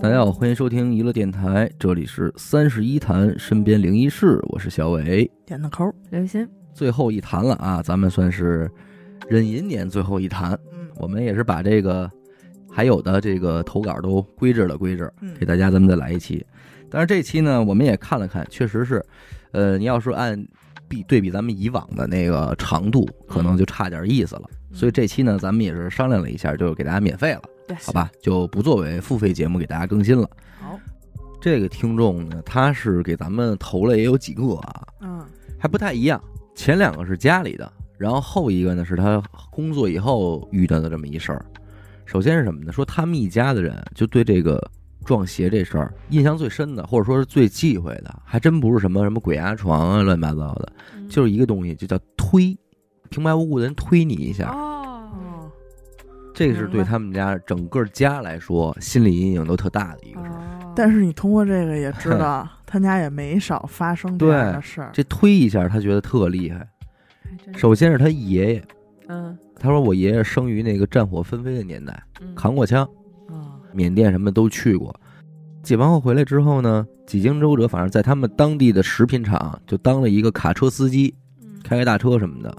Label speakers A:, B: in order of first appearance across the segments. A: 大家好，欢迎收听娱乐电台，这里是三十一谈，身边灵异事，我是小伟。
B: 点的抠，
C: 刘鑫，
A: 最后一谈了啊，咱们算是壬寅年最后一谈，
B: 嗯
A: 我们也是把这个还有的这个投稿都归置了归置，
B: 嗯
A: 给大家咱们再来一期。但是这期呢，我们也看了看，确实是，呃，你要说按比对比咱们以往的那个长度，可能就差点意思了。
B: 嗯
A: 所以这期呢，咱们也是商量了一下，就给大家免费了，
B: 对，
A: 好，吧？就不作为付费节目给大家更新了。
B: 好，
A: 这个听众呢，他是给咱们投了也有几个啊，
B: 嗯
A: 还不太一样。前两个是家里的，然后后一个呢是他工作以后遇到的这么一事儿。首先是什么呢？说他们一家的人就对这个撞邪这事儿印象最深的，或者说是最忌讳的，还真不是什么什么鬼压床啊、乱七八糟的，
C: 嗯
A: 就是一个东西，就叫推。平白无故的人推你一下，
C: 哦，
B: 哦，
A: 这个是对
B: 明白
A: 他们家整个家来说心理阴影都特大的一个事儿。
C: 哦
B: 但是你通过这个也知 道，他家也没少发生这样的事儿。
A: 这推一下，他觉得特厉害。
C: 还真是
A: 首先是他爷爷，
C: 嗯
A: 他说我爷爷生于那个战火纷飞的年代，
C: 嗯
A: 扛过枪，
B: 嗯
A: 缅甸什么都去过。解放后回来之后呢，几经周折，反正在他们当地的食品厂就当了一个卡车司机，
C: 嗯
A: 开开大车什么的。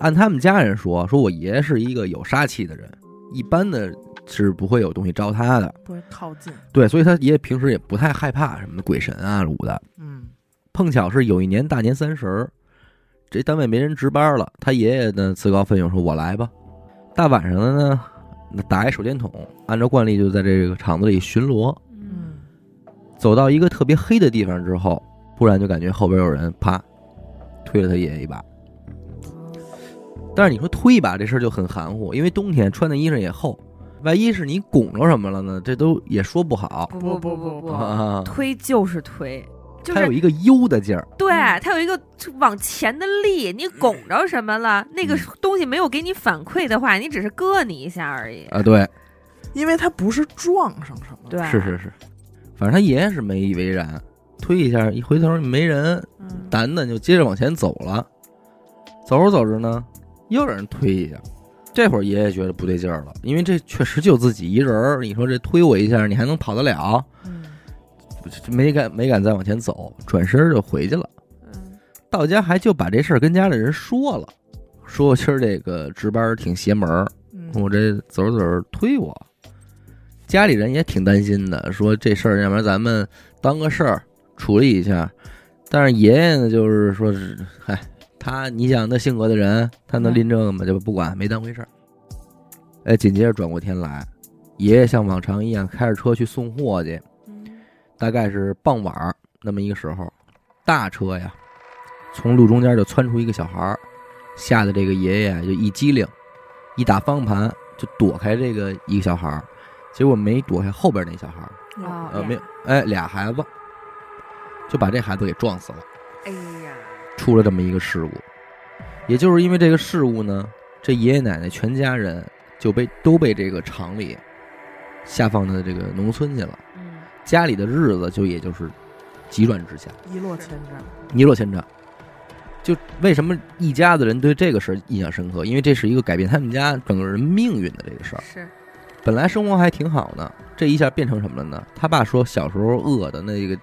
A: 按他们家人说，说我爷爷是一个有杀气的人，一般的是不会有东西招他的。
B: 不会靠近，
A: 对，所以他爷爷平时也不太害怕什么鬼神啊什么的。
B: 嗯
A: 碰巧是有一年大年三十儿，这单位没人值班了，他爷爷呢自告奋勇说：“我来吧。”大晚上的呢，那打一手电筒，按照惯例就在这个厂子里巡逻。
C: 嗯
B: 嗯，
A: 走到一个特别黑的地方之后，突然就感觉后边有人啪推了他爷爷一把。但是你说推一把这事儿就很含糊，因为冬天穿的衣裳也厚，万一是你拱着什么了呢？这都也说不好。
C: 不
B: 不
C: 不
B: 不不
C: 不，
A: 啊，
C: 推就是推，就
A: 他有
C: 是
A: 一个悠的劲儿，
C: 对
B: 嗯
C: 它有一个就往前的力，你
A: 嗯
C: 拱着什么了，那个东西没有给你反馈的话，你只是硌你一下而已。
A: 啊，对，
B: 因为他不是撞上什么，
C: 对，啊
A: 是是是，反正他爷爷是没以为然，推一下，一回头没人，
C: 嗯，
A: 胆胆就接着往前走了。走着走着呢，又有人推一下，这会儿爷爷觉得不对劲儿了，因为这确实就自己一人儿，你说这推我一下，你还能跑得了？
B: 嗯
A: 没敢没敢再往前走，转身就回去了。
C: 嗯
A: 到家还就把这事儿跟家里人说了，说我今儿这个值班儿挺邪门儿，
B: 嗯
A: 我这走着走着推我，家里人也挺担心的，说这事儿要不然咱们当个事儿处理一下。但是爷爷呢，就是说是，嗨，他你想那性格的人，他能拎这个吗？就不管，没当回事儿。哎，紧接着转过天来，爷爷像往常一样开着车去送货去，
C: 嗯
A: 大概是傍晚儿那么一个时候，大车呀，从路中间就窜出一个小孩儿，吓得这个爷爷就一激灵，一打方向盘就躲开这个一个小孩儿，结果没躲开后边那小孩儿，
C: 哦
B: 啊
A: 呃，
C: 呀
A: 没有，哎，俩孩子就把这孩子给撞死了，
C: 哎呀，
A: 出了这么一个事故。也就是因为这个事故呢，这爷爷奶奶全家人就被都被这个厂里下放到这个农村去了，
C: 嗯
A: 家里的日子就也就是急转直下。
B: 一落千丈，
A: 尼罗千丈。就为什么一家子人对这个事儿印象深刻？因为这是一个改变他们家整个人命运的这个事儿。
C: 是
A: 本来生活还挺好呢，这一下变成什么了呢？他爸说小时候饿的那个，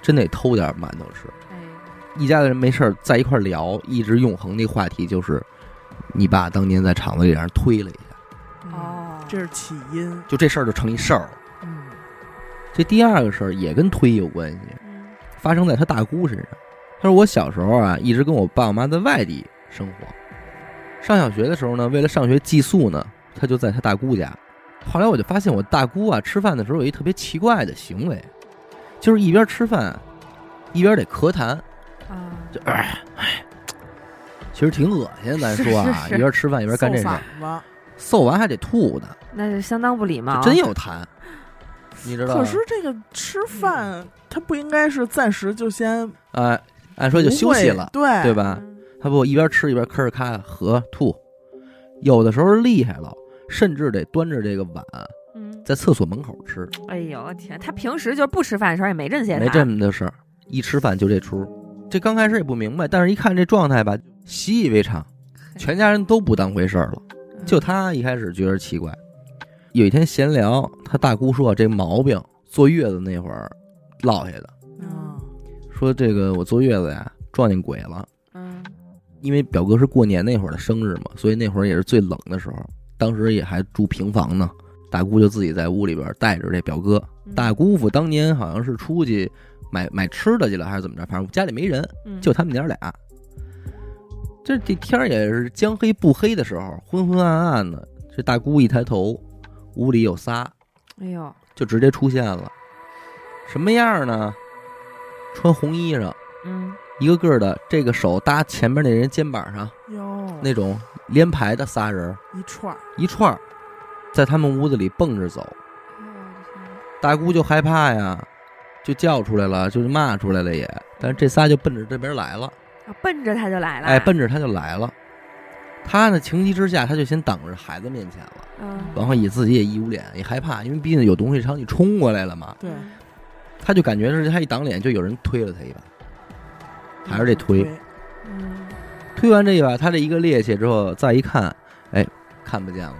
A: 真得偷点馒头吃。
C: 哎呀，
A: 一家子人没事儿在一块儿聊，一直永恒的话题就是，你爸当年在厂子里让人推了一下，
B: 嗯
C: 哦，
B: 这是起因，
A: 就这事儿就成一事儿了。
B: 嗯
A: 这第二个事儿也跟推有关系，
C: 嗯
A: 发生在他大姑身上。他说我小时候啊，一直跟我爸我妈在外地生活。上小学的时候呢，为了上学寄宿呢，他就在他大姑家。后来我就发现我大姑啊，吃饭的时候有一特别奇怪的行为，就是一边吃饭，一边得咳痰，
C: 啊，
A: 就哎哎，其实挺恶心的。咱说啊，
C: 是是是
A: 一边吃饭一边干这事
B: 受
A: 儿，
B: 反了，
A: 嗽完还得吐呢，
C: 那就相当不礼貌
A: 就，真有痰，你知道吗？
B: 可是这个吃饭，他不应该是暂时就先
A: 哎，按说就休息了，
B: 不会
A: 对
B: 对？
A: 吧？
C: 嗯
A: 他不一边吃一边吭哧咔喝吐，有的时候厉害了，甚至得端着这个碗
C: 嗯，
A: 在厕所门口吃，
C: 哎呦我天，他平时就是不吃饭的时候也没这些
A: 没
C: 啥
A: 这么的事儿。一吃饭就这出，这刚开始也不明白，但是一看这状态吧，习以为常，全家人都不当回事儿了。就他一开始觉得奇怪，有一天闲聊，他大姑说这毛病坐月子那会儿落下的，
B: 啊，
A: 说这个我坐月子呀撞见鬼了。
C: 嗯
A: 因为表哥是过年那会儿的生日嘛，所以那会儿也是最冷的时候，当时也还住平房呢。大姑就自己在屋里边带着这表哥，
C: 嗯
A: 大姑父当年好像是出去买买吃的去了，还是怎么着？反正家里没人，
C: 嗯
A: 就他们娘俩。这这天儿也是将黑不黑的时候，昏昏暗暗的。这大姑一抬头，屋里有仨，
C: 哎呦，
A: 就直接出现了。什么样儿呢？穿红衣裳，
C: 嗯
A: 一个个的，这个手搭前面那人肩膀上，
C: 嗯
B: 哟，
A: 那种连排的仨人儿
B: 一串儿，
A: 一串儿，在他们屋子里蹦着走。
C: 哎
A: 大姑就害怕呀，就叫出来了，就是骂出来了也。但是这仨就奔着这边来了，
C: 啊奔着他就来了，
A: 哎，，奔着他就来了。他呢，情急之下，他就先挡着孩子面前了，
C: 嗯，
A: 然后也自己也义无脸，也害怕，因为毕竟有东西朝你冲过来了嘛。
B: 对，
A: 他就感觉是他一挡脸，就有人推了他一把，还是得推
B: 推，
C: 嗯，
A: 推完这一把，他这一个趔趄之后，再一看，哎，看不见了。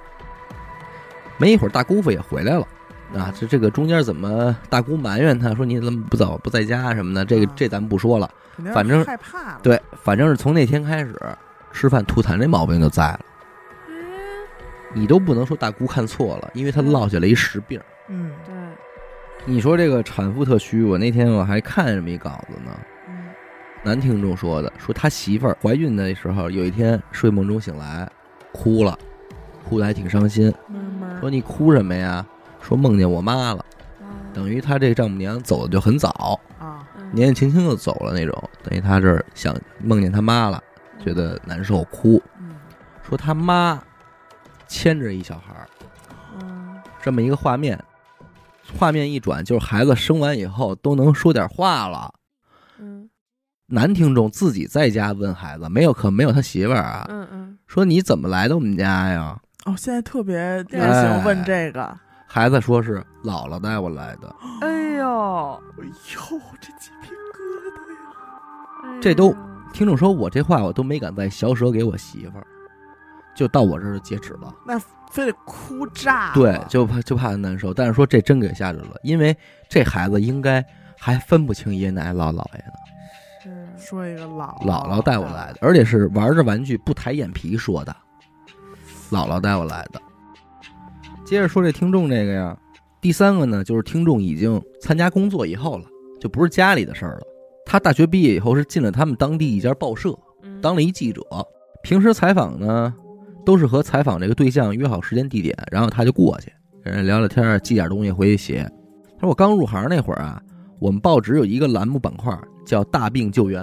A: 没一会儿，大姑父也回来了。啊，这这个中间怎么大姑埋怨他说你怎么不早不在家什么的，这个
B: 啊
A: 这咱们不说了。
B: 肯定是
A: 反正
B: 害怕了，
A: 对，反正是从那天开始，吃饭吐痰这毛病就在了。
C: 嗯
A: 你都不能说大姑看错了，因为她
C: 嗯
A: 落下了一实病。
B: 嗯
C: 对，
A: 你说这个产妇特虚，我那天我还看这么一稿子呢，
C: 嗯
A: 男听众说的，说他媳妇儿怀孕的时候，有一天睡梦中醒来，哭了，哭的还挺伤心。
C: 嗯
B: 慢慢
A: 说你哭什么呀？说梦见我妈了，
C: 啊
A: 等于他这丈母娘走的就很早，
B: 啊，
C: 嗯
A: 年纪轻轻就走了那种，等于他这儿想梦见他妈了，觉得难受哭，
B: 嗯
A: 说他妈牵着一小孩儿，
C: 嗯
A: 这么一个画面，画面一转就是孩子生完以后都能说点话了。
C: 嗯
A: 男听众自己在家问孩子，没有可没有他媳妇儿啊，
C: 嗯嗯，
A: 说你怎么来的我们家呀？
B: 哦，现在特别流
C: 哎
B: 行问这个，哎
A: 孩子说是姥姥带我来的，
C: 哎呦，
B: 呦，这鸡皮疙瘩呀，
C: 哎
A: 这都
C: 呦
A: 听众说我这话我都没敢再嚼舌给我媳妇儿，就到我这儿就截止了。
B: 那非得哭炸了，
A: 对，就怕就怕她难受，但是说这真给吓着了，因为这孩子应该还分不清爷爷奶奶姥姥姥爷呢，
C: 是
B: 说一个姥
A: 姥姥带我来的，而且是玩着玩具不抬眼皮说的，姥姥带我来的。接着说这听众这个呀，第三个呢就是听众已经参加工作以后了，就不是家里的事儿了。他大学毕业以后是进了他们当地一家报社，
C: 嗯
A: 当了一记者。平时采访呢，都是和采访这个对象约好时间地点，然后他就过去，跟人聊聊天儿，寄点东西回去写。他说我刚入行那会儿啊，我们报纸有一个栏目板块叫“大病救援”。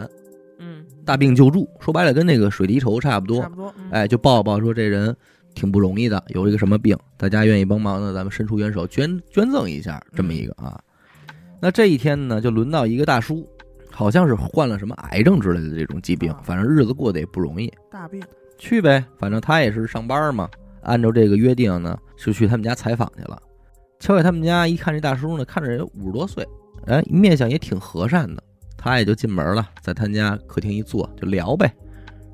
C: 嗯
A: 大病救助，说白了跟那个水滴筹差不多
B: 差。不多，
C: 嗯
A: 哎，就报报说这人挺不容易的，有一个什么病，大家愿意帮忙呢，咱们伸出援手捐捐赠一下，
B: 嗯
A: 这么一个啊。那这一天呢，就轮到一个大叔，好像是患了什么癌症之类的这种疾病
B: 啊，
A: 反正日子过得也不容易。
B: 大病，
A: 去呗，反正他也是上班嘛，按照这个约定呢，就去他们家采访去了。敲开他们家一看，这大叔呢，看着人五十多岁，哎，面相也挺和善的。他也就进门了，在他家客厅一坐就聊呗，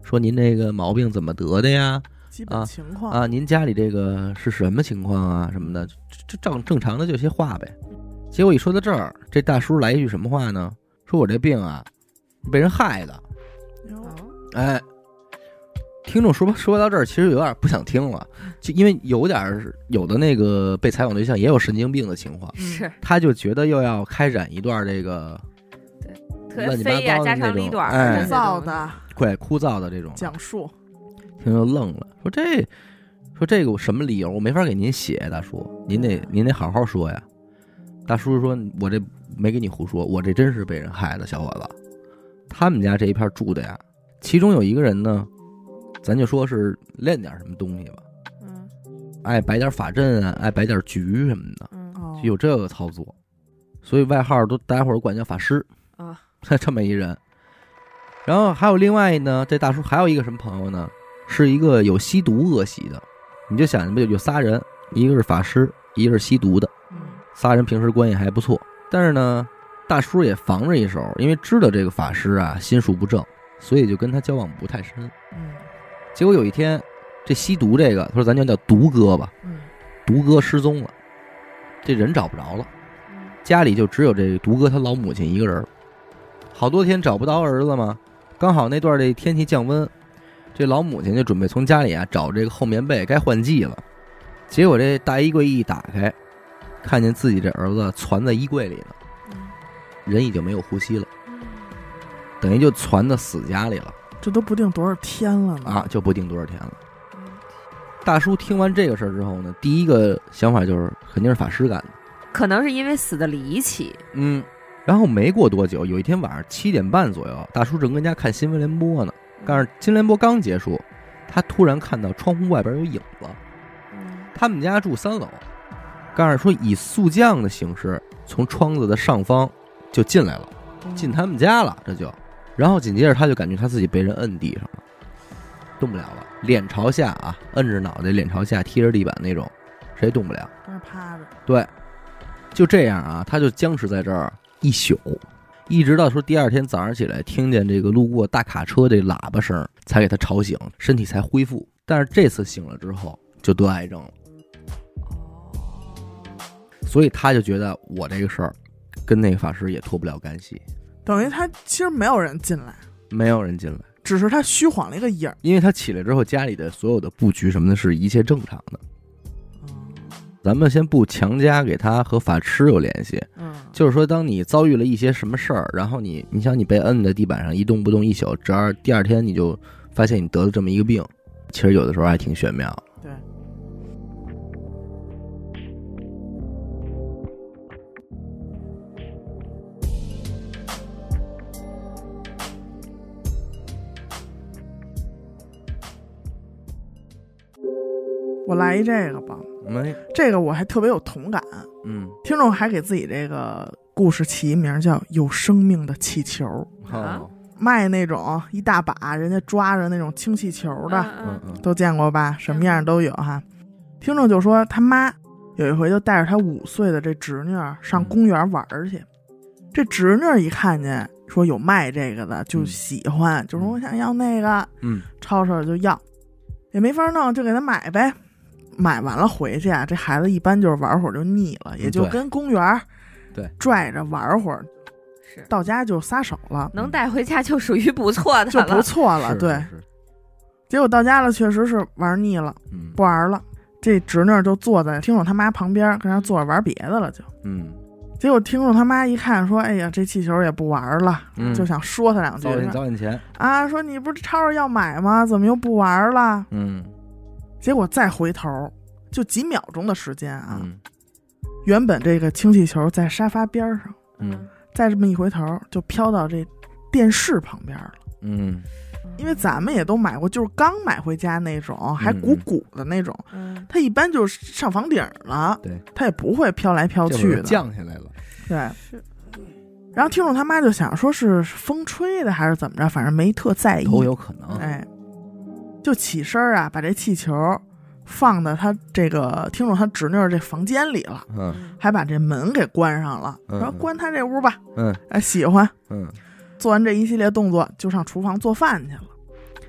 A: 说您这个毛病怎么得的呀？
B: 基
A: 啊
B: 本情况
A: 啊，您家里这个是什么情况啊？什么的，这正正常的这些话呗。结果一说到这儿，这大叔来一句什么话呢？说我这病啊，被人害的。
B: 哟
C: 哦
A: 哎，听众说说到这儿，其实有点不想听了，就因为有点儿有的那个被采访对象也有神经病的情况，
C: 是
A: 他就觉得又要开展一段这个
C: 特
A: 乱
C: 别
A: 七八
C: 飞呀，
A: 糟的
C: 家
A: 那
C: 长里
A: 种
C: 短儿
A: 哎
C: 那
B: 枯
C: 种
B: 燥的
A: 快枯燥的这种，
B: 讲述，
A: 听众愣了，说这说这个我什么理由？我没法给您写，大叔，您得您得好好说呀。大叔说：“我这没给你胡说，我这真是被人害的，小伙子。他们家这一片住的呀，其中有一个人呢，咱就说是练点什么东西吧，
C: 嗯
A: 爱摆点法阵啊，爱摆点局什么的，
C: 嗯
B: 哦，
A: 有这个操作，所以外号都大家伙儿管叫法师
C: 啊，
A: 这么一人。然后还有另外呢，这大叔还有一个什么朋友呢？是一个有吸毒恶习的。你就想吧，有仨人，一个是法师，一个是吸毒的，
B: 嗯
A: 仨人平时关系还不错。但是呢，大叔也防着一手，因为知道这个法师啊心术不正，所以就跟他交往不太深。
B: 嗯
A: 结果有一天，这吸毒这个，他说咱就叫毒哥吧，
B: 嗯，
A: 独哥失踪了，这人找不着了，
C: 嗯
A: 家里就只有这独哥他老母亲一个人儿。好多天找不到儿子嘛，刚好那段这天气降温，这老母亲就准备从家里啊找这个厚棉被，该换季了。结果这大衣柜一打开，看见自己这儿子攒在衣柜里呢，
C: 嗯
A: 人已经没有呼吸了，
C: 嗯
A: 等于就攒到死家里了
B: 这都不定多少天了呢
A: 啊，！就不定多少天了。
C: 嗯
A: 大叔听完这个事儿之后呢，第一个想法就是肯定是法师干的。
C: 可能是因为死的离奇，
A: 嗯，然后没过多久，有一天晚上七点半左右，大叔正跟家看新闻联播呢，但是新闻联播刚结束，他突然看到窗户外边有影子。
C: 嗯
A: 他们家住三楼，但是说以速降的形式从窗子的上方就进来了，进他们家了，这就，然后紧接着他就感觉他自己被人摁地上了，动不了了，脸朝下啊，摁着脑袋，脸朝下贴着地板那种，谁也动不了。
B: 跟那趴着，
A: 就这样啊，他就僵持在这儿一宿，一直到说第二天早上起来，听见这个路过大卡车这喇叭声，才给他吵醒，身体才恢复。但是这次醒了之后就得癌症了，
C: 哦
A: 所以他就觉得我这个事儿跟那个法师也脱不了干系，
B: 等于他其实没有人进来，
A: 没有人进来，
B: 只是他虚晃了一个影儿。
A: 因为他起来之后家里的所有的布局什么的是一切正常的。
B: 嗯
A: 咱们先不强加给他和法师有联系，
B: 嗯，
A: 就是说，当你遭遇了一些什么事儿，然后你，你想你被摁在地板上一动不动一宿，直而第二天你就发现你得了这么一个病，其实有的时候还挺玄妙。
B: 对。我来一这个吧，
A: 没，
B: 这个我还特别有同感。啊
A: 嗯，
B: 听众还给自己这个故事起一名叫“有生命的气球
C: 啊
A: 好，”，
B: 卖那种一大把，人家抓着那种氢气球的，
A: 嗯
C: 嗯
A: 嗯，
B: 都见过吧？什么样都有哈。听众就说他妈有一回就带着他五岁的这侄女儿
A: 嗯
B: 上公园玩儿去，这侄女儿一看见说有卖这个的，就
A: 嗯
B: 喜欢，就说我想要那个，
A: 嗯，
B: 吵吵就要，也没法弄，就给他买呗。买完了回去啊，这孩子一般就是玩会儿就腻了，也就
A: 嗯对
B: 跟公园儿
A: 对
B: 拽着玩会儿，
C: 是
B: 到家就撒手了，
C: 能带回家就属于不错
B: 嗯就
C: 的
B: 不
C: 了，
B: 错了。
A: 是
B: 对，，
A: 是是
B: 结果到家了确实是玩腻了，
A: 嗯
B: 不玩了。这侄女儿就坐在听众他妈旁边，跟那儿坐着玩别的了就。
A: 嗯
B: 结果听众他妈一看说：“哎呀，这气球也不玩了，
A: 嗯，
B: 就想说他两句
A: 糟践糟践钱，
B: 啊，说你不是吵吵要买吗？怎么又不玩了？”
A: 嗯
B: 结果再回头，就几秒钟的时间啊，
A: 嗯
B: 原本这个氢气球在沙发边上，
A: 嗯
B: 再这么一回头，就飘到这电视旁边了。
A: 嗯
B: 因为咱们也都买过，就是刚买回家那种，还
A: 嗯
B: 鼓鼓的那种，
C: 嗯
B: 它一般就是上房顶了，
A: 对，
B: 它也不会飘来飘
A: 这
B: 去
A: 会儿
B: 的，
A: 降下来了，
B: 对。
C: 是
B: 然后听众他妈就想说是风吹的还是怎么着，反正没特在意，
A: 都有可能，
B: 哎，就起身儿啊，把这气球放到他这个听众他侄女儿这房间里了。
A: 嗯
B: 还把这门给关上了，
A: 嗯
B: 然后关他这屋吧，
A: 嗯
B: 哎，喜欢。
A: 嗯
B: 做完这一系列动作，就上厨房做饭去了。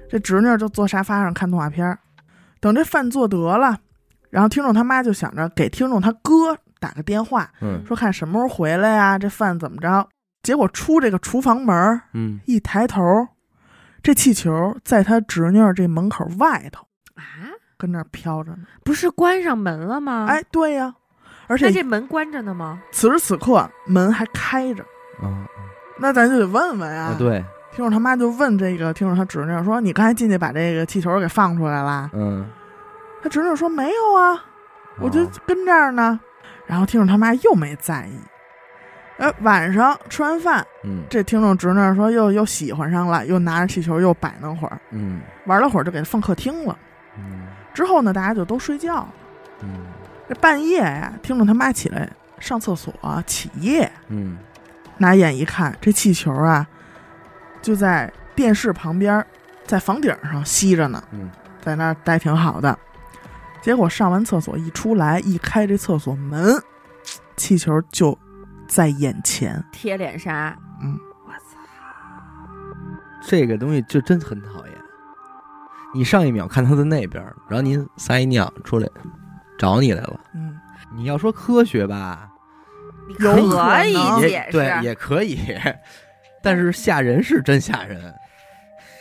B: 这侄女儿就坐沙发上看动画片儿，等这饭做得了，然后听众他妈就想着给听众他哥打个电话，
A: 嗯
B: 说看什么时候回来呀、这饭怎么着？结果出这个厨房门儿，
A: 嗯，
B: 一抬头，这气球在他侄女儿这门口外头
C: 啊，
B: 跟那儿飘着呢。
C: 不是关上门了吗？，
B: 哎，对呀、而
C: 那
B: 且
C: 这门关着呢吗？
B: 此时此刻门还开着，
A: 啊
B: 那咱就得问问
A: 啊对，
B: 听众他妈就问这个听众他侄女说：“你刚才进去把这个气球给放出来啦
A: 嗯，？”
B: 他侄女说：“没有啊，我就
A: 哦
B: 跟这儿呢。”然后听众他妈又没在意。呃，晚上吃完饭，
A: 嗯
B: 这听众侄女说又又喜欢上了，又拿着气球又摆弄会儿，
A: 嗯
B: 玩了会儿就给他放客厅了。
A: 嗯
B: 之后呢，大家就都睡觉了。
A: 嗯
B: 这半夜呀、听众他妈起来上厕所、起夜，
A: 嗯
B: 拿眼一看，这气球啊，就在电视旁边儿，在房顶上吸着呢，
A: 嗯
B: 在那儿待挺好的。结果上完厕所一出来，一开这厕所门，气球就在眼前。
C: 贴脸杀，
B: 嗯，
C: 我操，
A: 这个东西就真很讨厌。你上一秒看他在那边儿，然后您撒一尿出来，找你来了。
B: 嗯，
D: 你要说科学吧，
C: 你
B: 有
C: 可
B: 可
C: 以
B: 能
C: 解
D: 也
C: 释，
D: 对，也可以，但是吓人是真吓人，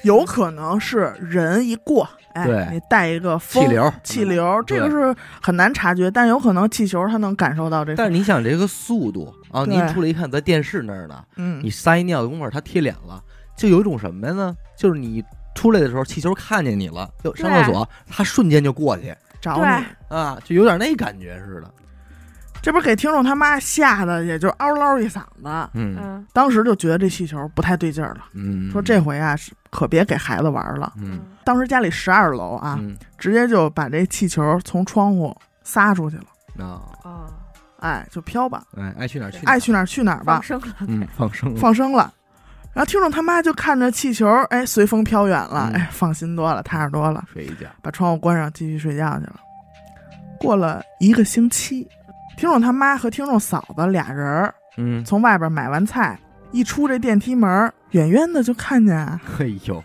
B: 有可能是人一过，哎
D: 对，
B: 你带一个
D: 气
B: 风
D: 流。
B: 气
A: 嗯
B: 流这个
D: 对
B: 是很难察觉，但有可能气球它能感受到这
A: 嗯但
B: 个。
A: 是你想这个速度啊，
B: 对
A: 您出来一看，在电视那儿呢，
B: 嗯
A: 你撒一尿的功夫，它贴脸了，就有一种什么呀呢？就是你出来的时候，气球看见你了，就上厕所，它瞬间就过去
B: 找
C: 对
B: 你，
A: 啊，就有点那感觉似的。
B: 这不是给听众他妈吓得，也就嗷唠一嗓子。
A: 嗯
C: 嗯
B: 当时就觉得这气球不太对劲儿了，
A: 嗯，
B: 说这回啊是可别给孩子玩了。
A: 嗯
B: 当时家里十二楼啊，
A: 嗯
B: 直接就把这气球从窗户撒出去了，
A: 啊，
C: 哦，
B: 哎，就飘吧，
A: 哎，爱去哪儿去哪儿，
B: 爱去哪儿去哪儿吧
C: 放，生了，
A: 嗯放生了
B: 放生了。然后听众他妈就看着气球，哎，随风飘远了，
A: 嗯
B: 哎，放心多了，踏实多了，
A: 睡一觉。
B: 把窗户关上，继续睡觉去了。过了一个星期，听众他妈和听众嫂子俩人儿
A: 嗯，
B: 从外边买完菜，一出这电梯门儿，远远的就看 见啊，
A: 哎呦，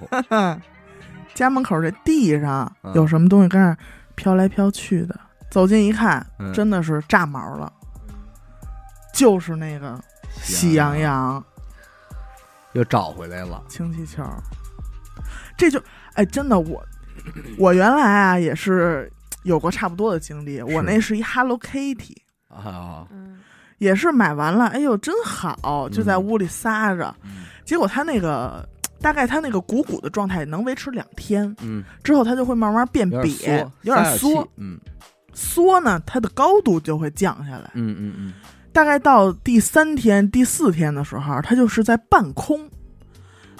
B: 家门口这地上
A: 嗯
B: 有什么东西跟那儿飘来飘去的。走近一看，
A: 嗯
B: 真的是炸毛了，就是那个喜羊羊
A: 又找回来了。
B: 氢气球。这就哎，真 的我，我原来啊也是有过差不多的经历。我那是一 Hello Kitty，
A: 啊，
C: 嗯，
B: 也是买完了，哎呦真好，就在屋里撒着。
A: 嗯
B: 结果它那个大概它那个鼓鼓的状态能维持两天，
A: 嗯，
B: 之后它就会慢慢变
A: 有点
B: 瘪，
A: 缩，
B: 有点
A: 缩
B: 缩
A: 气，，嗯
B: 缩呢它的高度就会降下来。
A: 嗯嗯嗯，
B: 大概到第三天、第四天的时候，它就是在半空。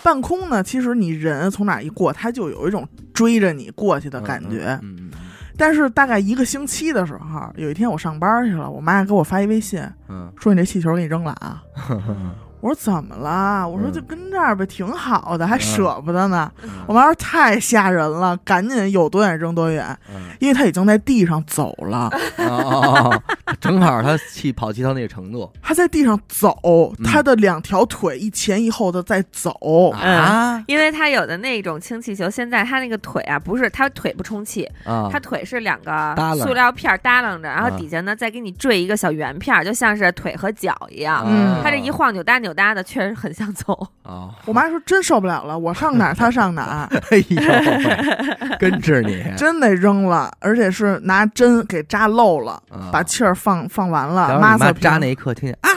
B: 半空呢，其实你人从哪一过，它就有一种追着你过去的感觉。
A: 嗯嗯嗯
B: 但是大概一个星期的时候，有一天我上班去了，我妈给我发一微信，
A: 嗯
B: 说你这气球给你扔了啊。
A: 嗯，
B: 我说怎么了？我说就跟这儿呗，挺好的，还
A: 嗯
B: 舍不得呢。
A: 嗯
B: 我妈说太吓人了，赶紧有多远扔多远，
A: 嗯
B: 因为它已经在地上走了。
A: 哦，正好他气跑气到那个程度
B: 他在地上走，
A: 嗯
B: 他的两条腿一前一后的在走，
A: 啊
C: 因为它有的那种氢气球，现在它那个腿啊，不是它腿不充气，
A: 啊
C: 它腿是两
A: 搭
C: 个
A: 楞
C: 塑料片儿搭楞着，然
A: 啊
C: 后底下呢再给你坠一个小圆片儿，就像是腿和脚一样。
B: 嗯
C: 它这一晃扭搭扭搭的，确实很像走。
A: 啊，
B: 我妈说真受不了了，我上哪儿他上 哪儿，
A: 哎呦 喂，跟着你，
B: 真得扔了，而且是拿针给扎漏了，
A: 啊
B: 把气儿放放完了，
A: 然后你妈
B: 撒
A: 扎
B: 平
A: 那一刻，听见啊，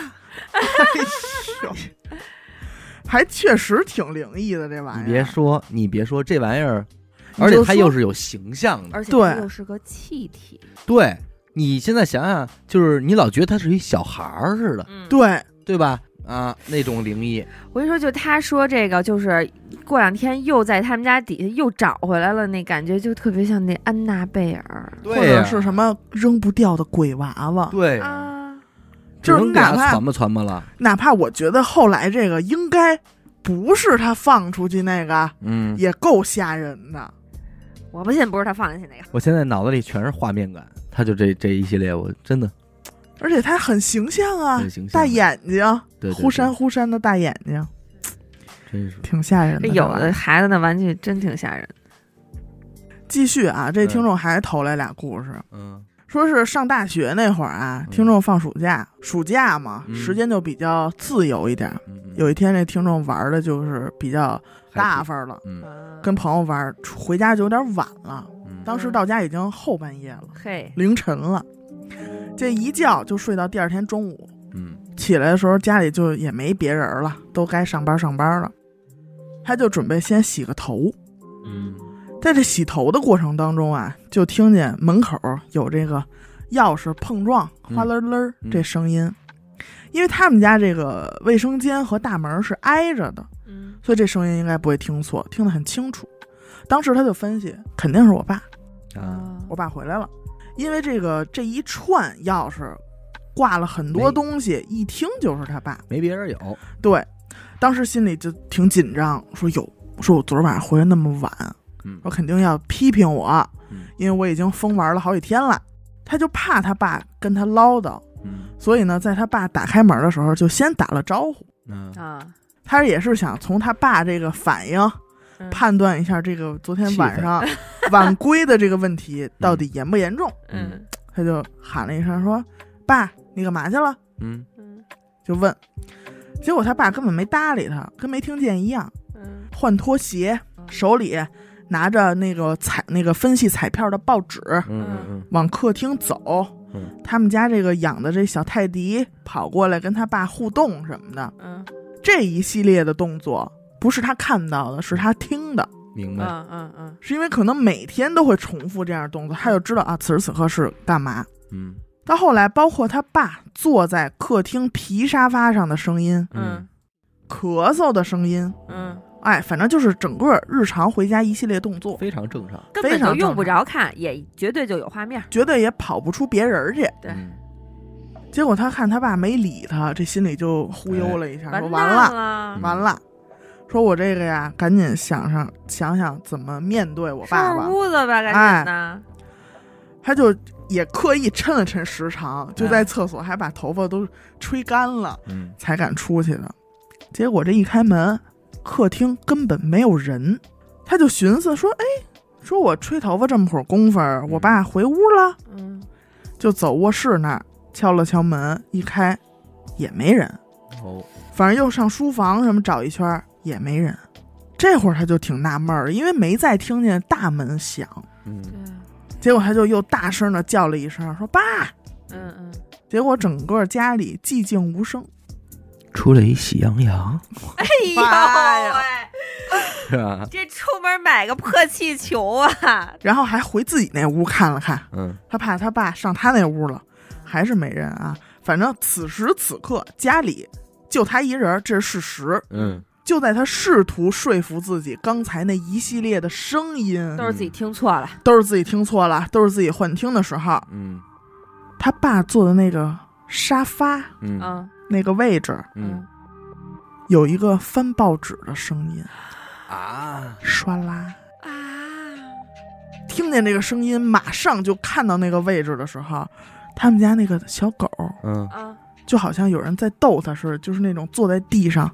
B: 还确实挺灵异的这玩意
A: 你别
B: 儿。
A: 说，你别说这玩意儿，
B: 你就
A: 而且它又
B: 说
A: 是有形象的。
C: 而且
B: 对
C: 它又是个气体，
A: 对你现在想想，就是你老觉得他是一小孩儿似的，
C: 嗯，
B: 对，
A: 对吧？啊，那种灵异，
C: 我跟你说，就他说这个，就是过两天又在他们家底下又找回来了，那感觉就特别像那安娜贝尔
B: 或
A: 对
B: 者
A: 呀
B: 是什么扔不掉的鬼娃娃，
A: 对，
C: 啊，
A: 只
B: 就是
A: 能给
B: 哪
A: 他
B: 怕
A: 传吧传吧了，
B: 哪怕我觉得后来这个应该不是他放出去那个，
A: 嗯，
B: 也够吓人的。
C: 我不信不是他放进去那个，
D: 我现在脑子里全
A: 全是画面感，他就这这一系列，我真的
B: 而且它很形象啊
A: 很，形象
B: 大眼睛，
A: 对对对
B: 忽闪忽闪的大眼睛，
A: 真是
B: 挺吓人
C: 这
B: 的。
C: 哎有
B: 这玩
C: 的
B: 意儿
C: 孩子的玩具真挺吓人。
B: 继续啊，这
A: 嗯
B: 听众还投来俩故事，
A: 嗯
B: 说是上大学那会儿啊，
A: 嗯
B: 听众放暑假，暑假嘛，
A: 嗯
B: 时间就比较自由一点。
A: 嗯嗯
B: 有一天，这听众玩的就是比较
A: 还
B: 大，
A: 挺
B: 发了，
A: 嗯
B: 跟朋友玩，回家就有点晚了，
A: 嗯
B: 当时到家已经后半夜了，
C: 嘿，
B: 凌晨了，这一觉就睡到第二天中午。
A: 嗯
B: 起来的时候家里就也没别人了，都该上班上班了。他就准备先洗个头，
A: 嗯
B: 在这洗头的过程当中啊，就听见门口有这个钥匙碰撞
A: 嗯
B: 哗啦啦儿
A: 嗯
B: 这声音。因为他们家这个卫生间和大门是挨着的，
C: 嗯，
B: 所以这声音应该不会听错，听得很清楚。当时他就分析，肯定是我爸，
A: 啊，
B: 我爸回来了，因为这个这一串钥匙挂了很多
A: 没
B: 东西，一听就是他爸。
A: 没别人有，
B: 对，当时心里就挺紧张，说有，说我昨儿晚上回来那么晚，
A: 嗯
B: 我肯定要批评我
A: 嗯，
B: 因为我已经疯玩了好几天了。他就怕他爸跟他唠叨，
A: 嗯
B: 所以呢，在他爸打开门的时候就先打了招呼。
A: 嗯
C: 啊，
B: 他也是想从他爸这个反应
C: 嗯
B: 判断一下这个昨天
A: 气
B: 晚
A: 氛嗯
B: 上晚归的这个问题到底严不严重。
C: 嗯，
B: 他他就喊了一声说：“爸，你干嘛去了
A: 嗯，
C: 嗯？”
B: 就问，结果他爸根本没搭理他，跟没听见一样，
C: 嗯
B: 换拖鞋，手里拿着那个彩那个分析彩票的报纸，
A: 嗯
B: 啊
A: 嗯
B: 往客厅走
A: 嗯。
B: 他们家这个养的这小泰迪跑过来跟他爸互动什么的，
C: 嗯
B: 这一系列的动作不是他看到的，是他听的，
A: 嗯，明白。
B: 啊
C: 嗯嗯嗯
B: 是因为可能每天都会重复这样的动作，他就知道啊，此时此刻是干嘛。
A: 嗯
B: 到后来，包括他爸坐在客厅皮沙发上的声音、
A: 嗯
C: 嗯
B: 咳嗽的声音，
C: 嗯，
B: 哎，反正就是整个日常回家一系列动作，
A: 非常正常。
C: 根
B: 非
C: 本
B: 常
C: 就用不
B: 正
C: 着看，也绝对就有画面。
B: 绝对也跑不出别人儿去。
C: 对
A: 嗯
B: 结果他看他爸没理他，这心里就忽悠了一下，说完
C: 哎完
B: 了。嗯
C: 了，
B: 完了，说我这个呀，赶紧想上想想怎么面对我爸
C: 上
B: 爸。哎
C: 屋子吧，赶紧的。
B: 他就也刻意抻了抻时长，就在厕所还把头发都吹干了，
A: 嗯
B: 才敢出去的。结果这一开门，客厅根本没有人，他就寻思说：“哎，说我吹头发这么会儿功夫儿，我爸回屋了。
C: 嗯”
B: 就走卧室那儿敲了敲门，一开也没人。
A: 哦
B: 反正又上书房什么找一圈儿也没人。这会儿他就挺纳闷儿，因为没再听见大门响，
C: 对
A: 嗯，
B: 结果他就又大声的叫了一声，说“爸
C: 嗯嗯，”。
B: 结果整个家里寂静无声。
A: 出了一喜羊羊，
C: 哎呦
B: 妈呀
C: 喂，
A: 是吧？
C: 这出门买个破气球啊！
B: 然后还回自己那屋看了看，
A: 嗯
B: 他怕他爸上他那屋了，还是没人啊。反正此时此刻家里就他一人儿，这是事实。
A: 嗯
B: 就在他试图说服自己，刚才那一系列的声音
C: 都是自己听错了，
B: 都是自己听错了，都是自己幻听的时候，
A: 嗯
B: 他爸坐的那个沙发
A: 嗯
C: 嗯
B: 那个位置，
A: 嗯
B: 有一个翻报纸的声音，
A: 啊，
B: 唰啦！
C: 啊，
B: 听见这个声音，马上就看到那个位置的时候，他们家那个小狗
A: 嗯
C: 嗯
B: 就好像有人在逗它似的，就是那种坐在地上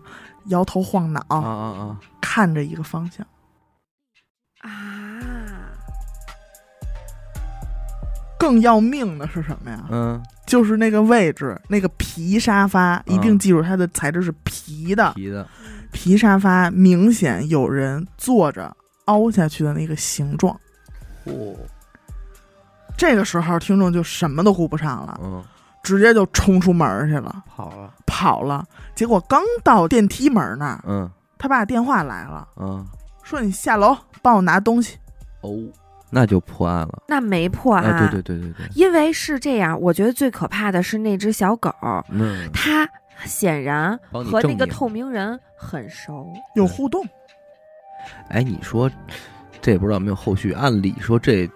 B: 摇头晃脑，
A: 啊啊啊，
B: 看着一个方向。
C: 啊，
B: 更要命的是什么呀？
A: 嗯，
B: 就是那个位置，那个皮沙发，一定记住它的材质是皮的。
A: 皮的，
B: 皮沙发明显有人坐着凹下去的那个形状。
A: 哦，
B: 这个时候，听众就什么都顾不上了，
A: 嗯，
B: 直接就冲出门儿去了，
A: 跑了，
B: 跑了。结果刚到电梯门儿那儿，
A: 嗯
B: 他爸电话来了，
A: 嗯，
B: 说你下楼帮我拿东西。
A: 哦，那就破案了。
C: 那没破案、
A: 啊，对对对对对，
C: 因为是这样，我觉得最可怕的是那只小狗，
A: 嗯，
C: 它显然
A: 帮你
C: 和那
A: 证
C: 个
A: 明
C: 透明人很熟。
B: 有互动，
A: 哎，你说这也不知道有没有后续？按理说这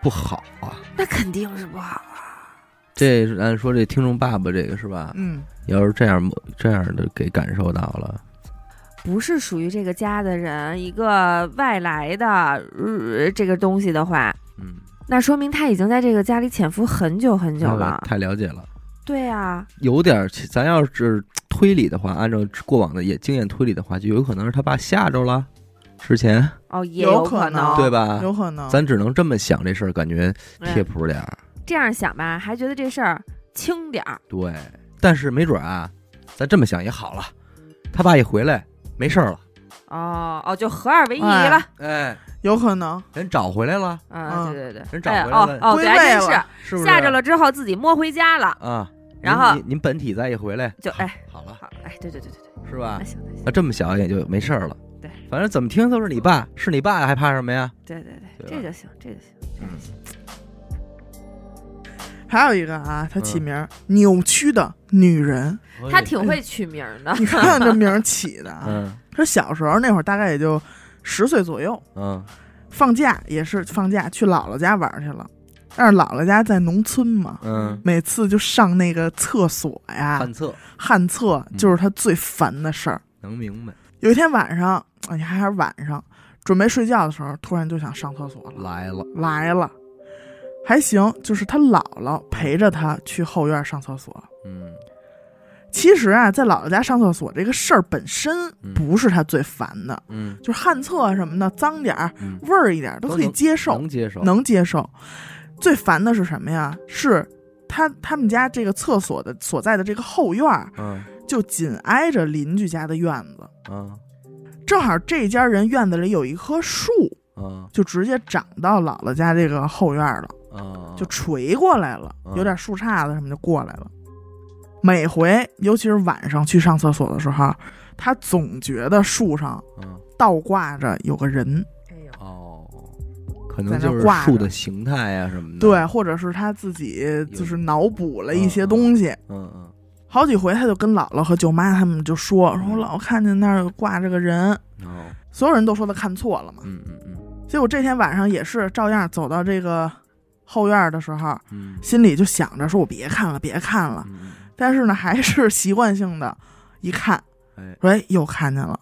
A: 不好啊，
C: 那肯定是不好啊！
A: 这按说这听众爸爸这个是吧？
B: 嗯，
A: 要是这样这样的给感受到了，
C: 不是属于这个家的人，一个外来的、呃、这个东西的话，
A: 嗯，
C: 那说明他已经在这个家里潜伏很久很久了。
A: 太了解了，
C: 对啊，
A: 有点儿，咱要是推理的话，按照过往的也经验推理的话，就有可能是他爸吓着了，之前
C: 哦，也
B: 有可
C: 可
B: 能
A: 对吧？
B: 有可能。
A: 啊咱只能这么想这事儿，感觉贴
C: 嗯
A: 谱点儿，
C: 这样想吧，还觉得这事儿轻点儿。
A: 对。但是没准儿啊，咱这么想也好了，他爸一回来没事儿了，
C: 哦哦，就合二为一
B: 哎
C: 了。
A: 哎，
B: 有可能，
A: 人找回来了，
C: 啊，
B: 嗯
C: 对对对，
A: 人找
C: 哎
A: 回来
C: 哦
A: 了
C: 哦，
B: 归
C: 对，还真
B: 位
C: 是
B: 了
A: 是不是？
C: 吓着了之后自己摸回家了，
A: 啊，您
C: 然后
A: 您您本体再一回来
C: 就
A: 好
C: 哎
A: 好了，
C: 好，哎，对对对对对，
A: 是吧
C: 那？行那行
A: 那，这么小也就没事儿了。
C: 对，
A: 反正怎么听都是你爸，是你爸还怕什么呀？
C: 对对对，
A: 对吧
C: 这就行，这就行，这就行。
B: 还有一个啊，他
A: 嗯
B: 起名儿、扭曲的女人，
C: 他挺会取名儿的，
B: 你看这名儿起的啊。
A: 嗯
B: 他小时候那会儿大概也就十岁左右，
A: 嗯
B: 放假也是放假去姥姥家玩儿去了，但是姥姥家在农村嘛，
A: 嗯，
B: 每次就上那个厕所呀
A: 探，测
B: 旱厕
A: 嗯
B: 就是他最烦的事儿。
A: 能明白
B: 有一天晚上，哎呀，还是晚上，准备睡觉的时候，突然就想上厕所了，
A: 来了，
B: 来了。还行，就是他姥姥陪着他去后院上厕所。
A: 嗯
B: 其实啊，在姥姥家上厕所这个事儿本身
A: 嗯
B: 不是他最烦的，
A: 嗯
B: 就是旱厕什么的，脏点儿、
A: 嗯，
B: 味儿一点儿都可以接受，
A: 能接受，
B: 能接受。最烦的是什么呀？是他他们家这个厕所的所在的这个后院儿
A: 嗯
B: 就紧挨着邻居家的院子，
A: 嗯
B: 正好这家人院子里有一棵树，
A: 嗯
B: 就直接长到姥姥家这个后院了，
A: 嗯，
B: 就垂过来了
A: 嗯，
B: 有点树杈子什么就过来了。每回，尤其是晚上去上厕所的时候，他总觉得树上
A: 嗯
B: 倒挂着有个人，
C: 哎呦，
A: 哦，可能
B: 在那
A: 就是
B: 挂着
A: 树的形态啊什么的。，
B: 对，或者是他自己就是脑补了一些东西。
A: 嗯嗯
B: 好几回，他就跟姥姥和舅妈他们就说，说我老看见那儿挂着个人，
A: 哦，
B: 所有人都说他看错了嘛。
A: 嗯嗯嗯
B: 结果这天晚上也是照样走到这个后院的时候，
A: 嗯
B: 心里就想着说：“我别看了，别看了。
A: 嗯”
B: 但是呢，还是习惯性的，一看，
A: 嗯，
B: 说：“哎，又看见了。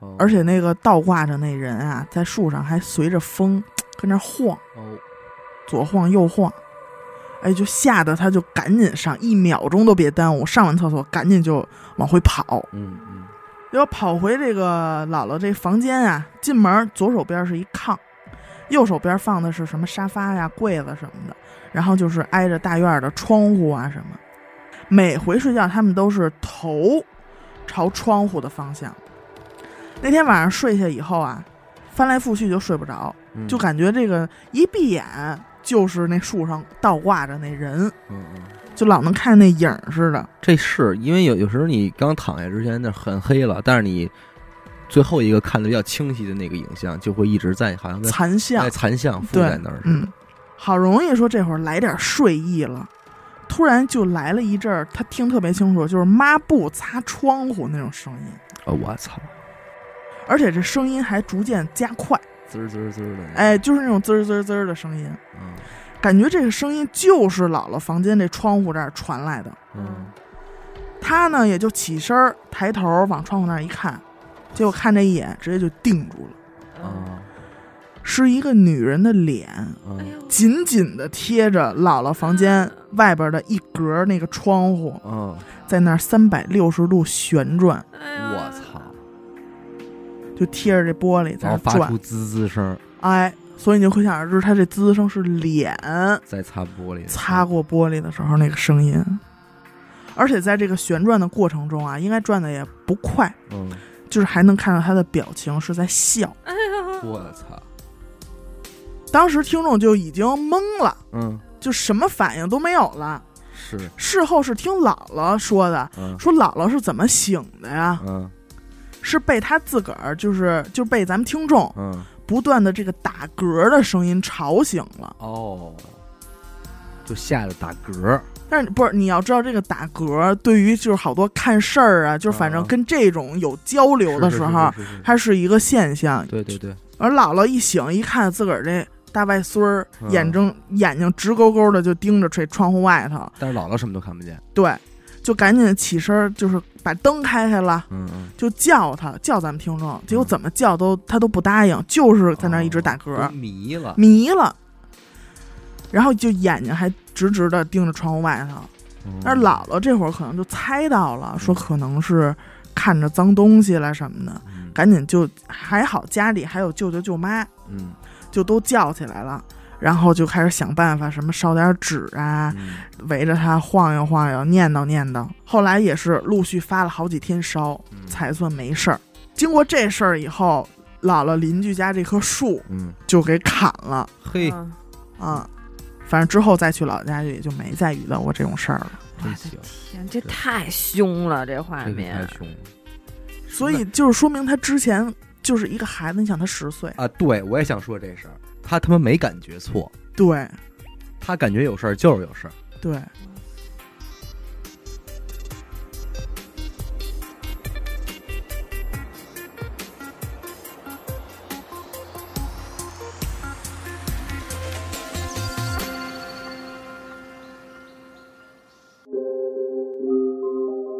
A: 哎，”
B: 而且那个倒挂着那人啊，在树上还随着风跟那晃，
A: 哦，
B: 左晃右晃，哎，就吓得他就赶紧上，一秒钟都别耽误，上完厕所赶紧就往回跑。
A: 嗯嗯
B: 结果跑回这个姥姥这房间啊，进门左手边是一炕，右手边放的是什么沙发呀、柜子什么的，然后就是挨着大院的窗户啊什么。每回睡觉，他们都是头朝窗户的方向。那天晚上睡下以后啊，翻来覆去就睡不着，
A: 嗯，
B: 就感觉这个一闭眼就是那树上倒挂着那人，
A: 嗯嗯。
B: 就老能看那影儿似的。
A: 这是因为有有时候你刚躺下之前那很黑了，但是你最后一个看的比较清晰的那个影像，就会一直在好像在
B: 残像
A: 在残像附
B: 对
A: 在那儿似的。
B: 嗯，好容易说这会儿来点睡意了，突然就来了一阵儿，他听特别清楚，就是抹布擦窗户那种声音，
A: 哦，我操，
B: 而且这声音还逐渐加快，
A: 滋儿滋儿滋儿的。，
B: 哎，就是那种滋儿滋儿滋儿的声音，
A: 嗯
B: 感觉这个声音就是姥姥房间这窗户这儿传来的。
A: 嗯
B: 他呢也就起身儿，抬头往窗户那儿一看，结果看这一眼，直接就定住了，
C: 嗯
A: 啊
B: 是一个女人的脸，
C: 哎
A: 嗯
C: 呦，
B: 紧紧地贴着姥姥房间外边的一格儿那个窗户，
A: 嗯，
B: 在那儿三百六十度旋转，
C: 哎呦
A: 我操，
B: 就贴着这玻璃在
A: 然
B: 那
A: 后
B: 儿
A: 发
B: 转
A: 出。滋滋声，
B: 哎，所以你就可想而知，他这滋声是脸
A: 在擦玻璃，
B: 擦过玻璃的时候那个声音。而且在这个旋转的过程中啊，应该转的也不快，
A: 嗯，
B: 就是还能看到他的表情是在笑。
C: 哎呦，
A: 嗯我操，
B: 当时听众就已经懵了，
A: 嗯，
B: 就什么反应都没有了。
A: 是，
B: 事后是听姥姥说的，
A: 嗯
B: 说姥姥是怎么醒的呀？
A: 嗯
B: 是被他自个儿，就是就被咱们听众
A: 嗯，
B: 不断的这个打嗝的声音吵醒了。
A: 哦，就吓得打嗝，
B: 但是不是你要知道，这个打嗝对于就是好多看事儿啊，就是反正
A: 啊
B: 跟这种有交流的时候，
A: 是是是是是
B: 它是一个现象。
A: 对对对，
B: 而姥姥一醒一看自个儿这大外孙儿，
A: 嗯
B: 眼睛眼睛直勾勾的就盯着这窗户外头，
A: 但是姥姥什么都看不见，
B: 对，就赶紧起身儿，就是把灯开开了。
A: 嗯嗯。
B: 就叫他，叫咱们听众，结果怎么叫都他都不答应，就是嗯在那儿一直嗯打嗝。
A: 哦都迷了。
B: 迷了，然后就眼睛还直直的盯着窗户外头。
A: 嗯
B: 但是姥姥这会儿可能就猜到了，说可能是看着脏东西了什么的，
A: 嗯，
B: 赶紧就还好家里还有舅舅舅妈，
A: 嗯
B: 就都叫起来了。然后就开始想办法，什么烧点纸啊，
A: 嗯
B: 围着他晃悠晃悠，念叨念叨。后来也是陆续发了好几天烧，
A: 嗯
B: 才算没事儿。经过这事儿以后，姥姥邻居家这棵树
A: 嗯，
B: 就给砍了。
A: 嘿，
C: 嗯
B: 啊，反正之后再去老家也就没再遇到过这种事儿了。
A: 真行，
C: 天，这太凶了，这画
A: 这个太
C: 面，
A: 凶了
B: 所以就是说明他之前就是一个孩子，你想他十岁，
A: 啊！对，我也想说这事儿，他他妈没感觉错，
B: 对
A: 他感觉有事儿就是有事儿。
B: 对，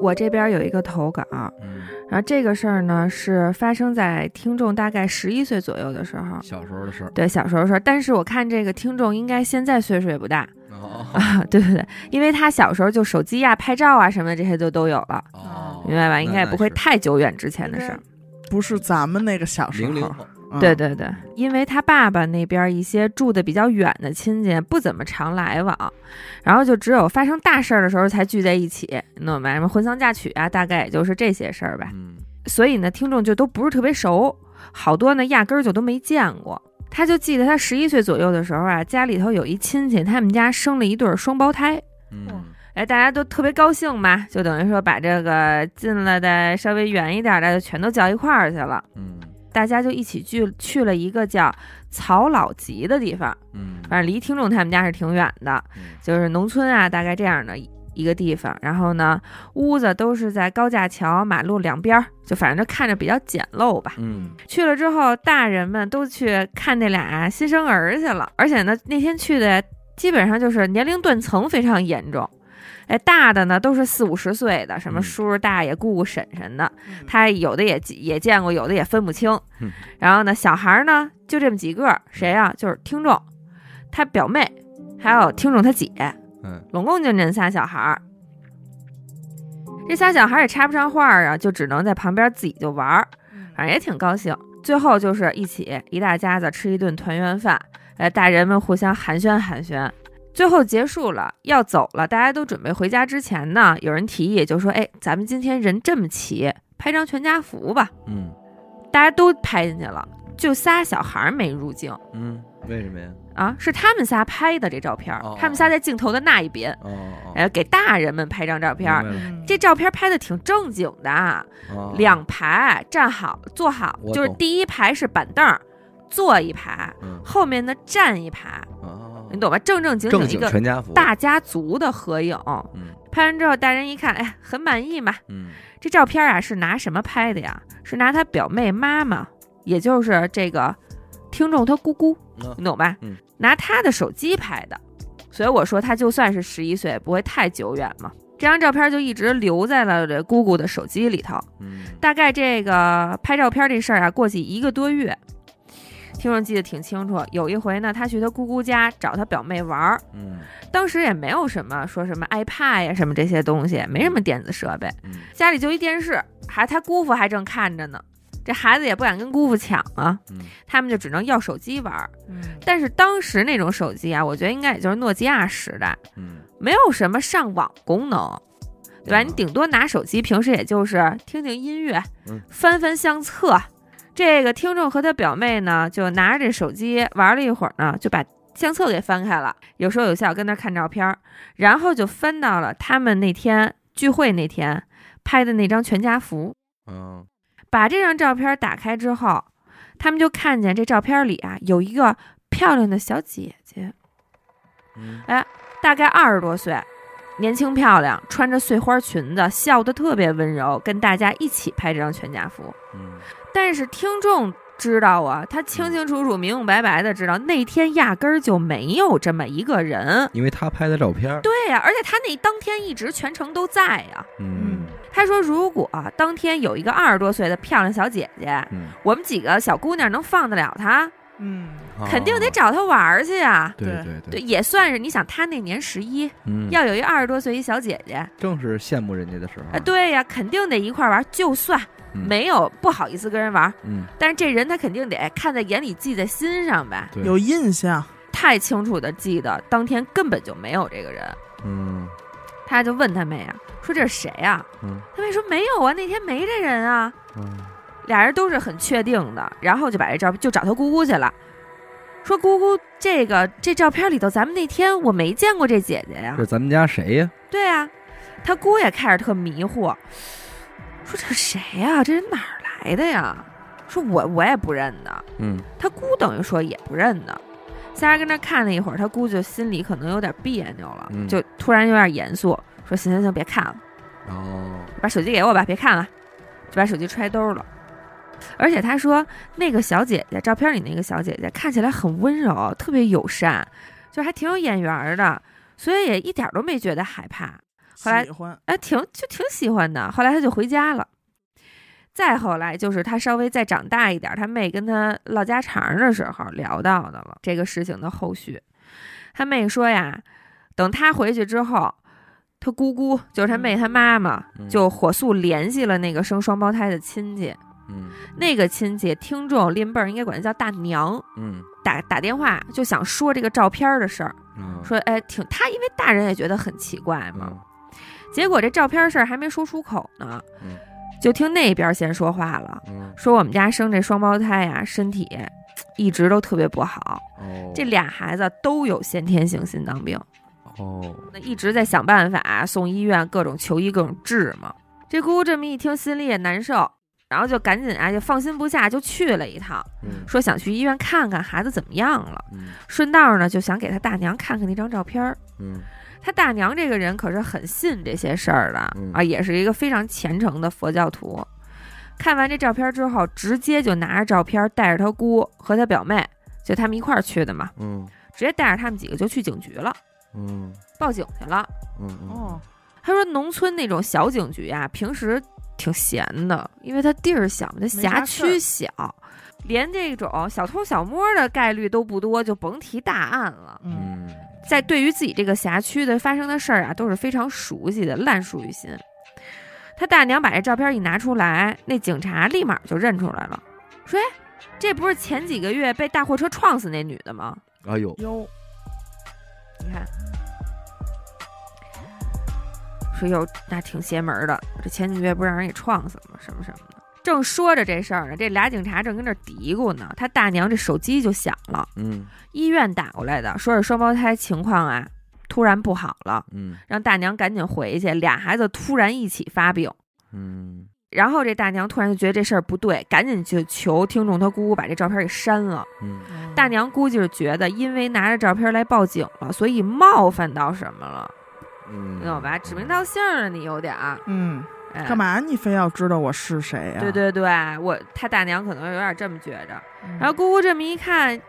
C: 我这边有一个投稿，
A: 嗯，
C: 然后这个事儿呢是发生在听众大概十一岁左右的时候，
A: 小时候的事儿。
C: 对小时候的事儿。但是我看这个听众应该现在岁数也不大
A: 哦
C: 啊，对对对，因为他小时候就手机呀、拍照啊什么的这些就都有了，
A: 哦，
C: 明白吧？应该也
A: 那
C: 不会
A: 那是
C: 太久远之前的事儿。
B: 不是咱们那个小时
A: 零零
B: 候，
A: 后，
B: 嗯
C: 对，对对，因为他爸爸那边一些住的比较远的亲戚不怎么常来往，然后就只有发生大事儿的时候才聚在一起，你懂吗？什么婚丧嫁娶啊，大概也就是这些事儿吧。
A: 嗯，
C: 所以呢，听众就都不是特别熟，好多呢压根儿就都没见过。他就记得他十一岁左右的时候啊，家里头有一亲戚，他们家生了一对儿双胞胎，
A: 嗯
C: 哎，大家都特别高兴嘛，就等于说把这个近了的、稍微远一点的全都叫一块儿去了，
A: 嗯
C: 大家就一起去去了一个叫曹老集的地方，
A: 嗯，
C: 反正离听众他们家是挺远的，就是农村啊，大概这样的一个地方。然后呢，屋子都是在高架桥、马路两边儿，就反正就看着比较简陋吧。
A: 嗯
C: 去了之后，大人们都去看那俩新生儿去了，而且呢，那天去的基本上就是年龄断层非常严重。哎，大的呢都是四五十岁的，什么
A: 嗯
C: 叔叔、大爷、姑姑、婶婶的，
B: 嗯
C: 他有的也记也见过，有的也分不清
A: 嗯。
C: 然后呢，小孩儿呢就这么几个，谁啊？就是听众，他表妹，还有听众他姐，
A: 嗯
C: 拢共就那仨小孩儿。这仨小孩儿也插不上话儿啊，就只能在旁边自己就玩儿，反正也挺高兴。最后就是一起一大家子吃一顿团圆饭，呃，大人们互相寒暄寒暄。最后结束了，要走了，大家都准备回家之前呢，有人提议就说：“哎，咱们今天人这么齐，拍张全家福吧。
A: 嗯”
C: 大家都拍进去了，就仨小孩儿没入镜
A: 嗯，为什么呀？
C: 啊，是他们仨拍的这照片儿，
A: 哦
C: 他们仨在镜头的那一边，
A: 哦哦，
C: 呃，给大人们拍张照片儿。
A: 明
B: 嗯
C: 这照片拍的挺正经的，啊，
A: 白了，哦
C: 两排站好坐好，
A: 我
C: 就是
A: 懂
C: 第一排是板凳儿，坐一排，
A: 嗯
C: 后面呢站一排，
A: 哦，
C: 你懂吧？正正经
A: 正
C: 一
A: 经
C: 个
A: 全家福，
C: 大家族的合影。
A: 嗯
C: 拍完之后，大人一看，哎，很满意嘛。
A: 嗯
C: 这照片啊是拿什么拍的呀？是拿他表妹妈妈，也就是这个听众他姑姑，
A: 嗯
C: 你懂吧？
A: 嗯
C: 拿他的手机拍的，所以我说他就算是十一岁，不会太久远嘛。这张照片就一直留在了这姑姑的手机里头。
A: 嗯，
C: 大概这个拍照片这事儿啊，过去一个多月，听众记得挺清楚。有一回呢，他去他姑姑家找他表妹玩儿，
A: 嗯
C: 当时也没有什么说什么 iPad 呀什么这些东西，没什么电子设备，
A: 嗯
C: 家里就一电视，还他姑父还正看着呢。这孩子也不敢跟姑父抢啊，
A: 嗯
C: 他们就只能要手机玩儿。
B: 嗯
C: 但是当时那种手机啊，我觉得应该也就是诺基亚时代，
A: 嗯
C: 没有什么上网功能，对吧？
A: 嗯
C: 你顶多拿手机，平时也就是听听音乐
A: 嗯，
C: 翻翻相册。这个听众和他表妹呢，就拿着这手机玩了一会儿呢，就把相册给翻开了，有说有笑跟那儿看照片儿，然后就翻到了他们那天聚会那天拍的那张全家福。
A: 嗯
C: 把这张照片打开之后，他们就看见这照片里啊有一个漂亮的小姐姐，
A: 嗯
C: 大概二十多岁，年轻漂亮，穿着碎花裙子，笑得特别温柔，跟大家一起拍这张全家福。
A: 嗯
C: 但是听众知道啊，他清清楚楚、明明白白的知道那天压根儿就没有这么一个人。
A: 因为他拍的照片，对，
C: 对呀、而且他那当天一直全程都在呀、
A: 嗯
C: 他说，如果、啊当天有一个二十多岁的漂亮小姐姐，
A: 嗯，
C: 我们几个小姑娘能放得了她？
B: 嗯，
C: 肯定得找他玩儿去呀、
A: 对
B: 对
A: 哦对
C: 对，，也算是你想，他那年十一，
A: 嗯，
C: 要有一二十多岁一小姐姐，
A: 正是羡慕人家的时候
C: 啊，，对呀、肯定得一块儿玩儿。就算
A: 嗯
C: 没有不好意思跟人玩儿，
A: 嗯
C: 但是这人他肯定得哎看在眼里，记在心上吧。
A: 对，
B: 有印象，
C: 太清楚的记得当天根本就没有这个人，
A: 嗯
C: 他就问他妹啊，说这是谁啊？
A: 嗯
C: 他妹说没有啊，那天没这人啊。
A: 嗯
C: 俩人都是很确定的，然后就把这照片就找他姑姑去了，说姑姑，这个这照片里头，咱们那天我没见过这姐姐呀
A: 这。咱们家谁呀？
C: 对啊，他姑也开始特迷糊，说这谁呀、这人哪儿来的呀？说我我也不认得，
A: 嗯
C: 他姑等于说也不认得。仨人跟那看了一会儿，他姑就心里可能有点别扭了，
A: 嗯
C: 就突然有点严肃，说行行行，别看了，
A: 哦，
C: 把手机给我吧，别看了，就把手机揣兜了。而且他说，那个小姐姐，照片里那个小姐姐看起来很温柔，特别友善，就还挺有眼缘儿的，所以也一点儿都没觉得害怕。后来
B: 喜欢，
C: 哎，挺就挺喜欢的。后来他就回家了。再后来就是他稍微再长大一点儿，他妹跟他唠家常儿的时候聊到的了这个事情的后续。他妹说呀，等他回去之后，他姑姑就是他妹他妈妈
A: 嗯
C: 就火速联系了那个生双胞胎的亲戚，
A: 嗯
C: 那个亲戚听众林贝儿应该管她叫大娘，
A: 嗯
C: 打打电话就想说这个照片儿的事儿，
A: 嗯
C: 说哎挺她因为大人也觉得很奇怪嘛，
A: 嗯
C: 结果这照片事儿还没说出口呢，
A: 嗯
C: 就听那边先说话了，
A: 嗯
C: 说我们家生这双胞胎呀、身体嘖一直都特别不好，
A: 哦
C: 这俩孩子都有先天性心脏病，
A: 哦
C: 那一直在想办法送医院，各种求医，各种治嘛。这姑姑这么一听，心里也难受，然后就赶紧啊，就放心不下，就去了一趟，
A: 嗯
C: 说想去医院看看孩子怎么样了，
A: 嗯
C: 顺道呢就想给他大娘看看那张照片儿。
A: 嗯
C: 他大娘这个人可是很信这些事儿的、
A: 嗯
C: 啊，也是一个非常虔诚的佛教徒。看完这照片之后，直接就拿着照片带着他姑和他表妹，就他们一块儿去的嘛，
A: 嗯
C: 直接带着他们几个就去警局了，
A: 嗯
C: 报警去了。
A: 嗯
B: 哦，
C: 他说农村那种小警局啊，平时挺闲的，因为他地儿小嘛，他
B: 啥
C: 辖区小，连这种小偷小摸的概率都不多，就甭提大案了。
B: 嗯，
A: 嗯
C: 在对于自己这个辖区的发生的事儿啊，都是非常熟悉的，烂熟于心。他大娘把这照片一拿出来，那警察立马就认出来了，说：“哎，这不是前几个月被大货车撞死那女的吗？
A: 哎呦
B: 哟，
C: 你看，说哟，那挺邪门儿的，这前几个月不是让人给撞死了吗？什么什么的。”正说着这事儿呢，这俩警察正跟这儿嘀咕呢，他大娘这手机就响了，
A: 嗯
C: 医院打过来的，说是双胞胎情况啊突然不好了。
A: 嗯
C: 让大娘赶紧回去。俩孩子突然一起发病，
A: 嗯
C: 然后这大娘突然就觉得这事儿不对，赶紧去求听众他姑姑把这照片给删了。
A: 嗯
C: 大娘估计是觉得因为拿着照片来报警了，所以冒犯到什么了，
A: 嗯，
C: 你懂吧？指名道姓了，你有点儿、
B: 嗯，
C: 哎
B: 干？嘛你非要知道我是谁呀？
C: 对，对对，我他大娘可能有点这么觉着。然
B: 然
C: 后姑姑这么一看，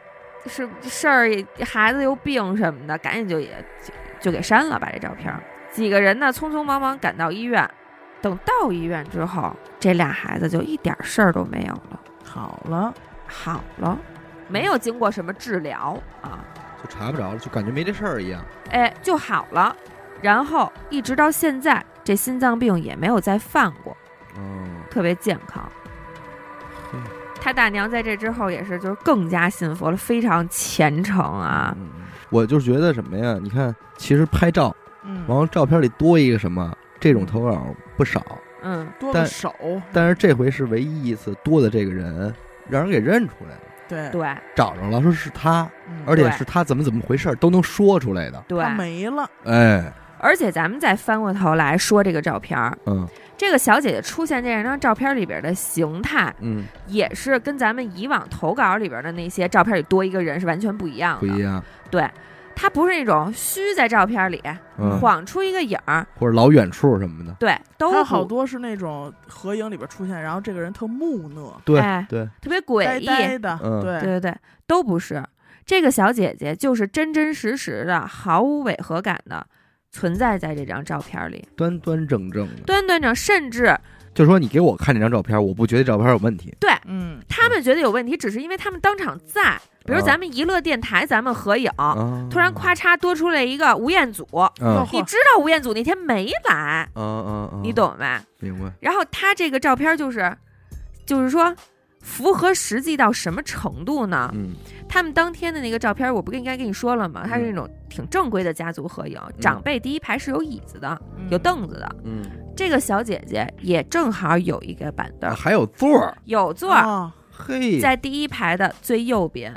C: 是事儿也孩子又病什么的，赶紧就也就就给删了吧这照片儿。几个人呢，匆匆忙忙赶到医院。等到医院之后，这俩孩子就一点事儿都没有了，
B: 好了，
C: 好了，没有经过什么治疗啊，
A: 就查不着了，就感觉没这事儿一样。
C: 哎，就好了。然后一直到现在，这心脏病也没有再犯过，
A: 嗯
C: 特别健康
A: 嗯。
C: 他大娘在这之后也是，就是更加信佛了，非常虔诚啊。
A: 嗯，嗯我就觉得什么呀？你看，其实拍照，
B: 嗯，
A: 然后照片里多一个什么，这种投稿不少。
C: 嗯，
B: 多
A: 但
B: 个手，
A: 但是这回是唯一一次多的这个人让人给认出来了，
B: 对，
C: 对
A: 找着了，说是他，
B: 嗯
A: 而且是他怎么怎么回事儿都能说出来的。
C: 对
B: 他，没了，
A: 哎，
C: 而且咱们再翻过头来说这个照片儿，
A: 嗯
C: 这个小姐姐出现这两张照片里边的形态，
A: 嗯，
C: 也是跟咱们以往投稿里边的那些照片里多一个人是完全不一样
A: 不
C: 的。
A: 一样，
C: 对，她不是那种虚在照片里
A: 嗯，
C: 晃出一个影儿，
A: 或者老远处什么的，
C: 对，都
B: 他
C: 不
B: 好多是那种合影里边出现，然后这个人特木讷，
A: 对
C: 哎
A: 对，
C: 特别诡
B: 呆
C: 异，
B: 呆的，
A: 嗯
B: 对，
C: 对对对，都不是。这个小姐姐就是真真实实的，毫无违和感的存在在这张照片里，
A: 端端正正的。
C: 端端正，甚至
A: 就说你给我看这张照片，我不觉得照片有问题。
B: 嗯，哦
C: 他们觉得有问题，只是因为他们当场在，比如咱们娱乐电台，咱们合影，
A: 啊
C: 哦突然，咔嚓多出来一个吴彦祖，
A: 嗯
C: 你知道吴彦祖那天没来，
A: 嗯嗯
B: 哦
A: 嗯，
C: 你懂啊吧？
A: 明白？
C: 然后他这个照片就是，就是说。符合实际到什么程度呢？
A: 嗯
C: 他们当天的那个照片，我不应该跟你说了
B: 嗯
C: 吗？它是那种挺正规的家族合影，长辈第一排是有椅子的，
B: 嗯
C: 有，凳子的。
A: 嗯，
C: 这个小姐姐也正好有一个板凳，
A: 啊还有座儿，
C: 有座儿
B: 哦
A: 嘿，
C: 在第一排的最右边。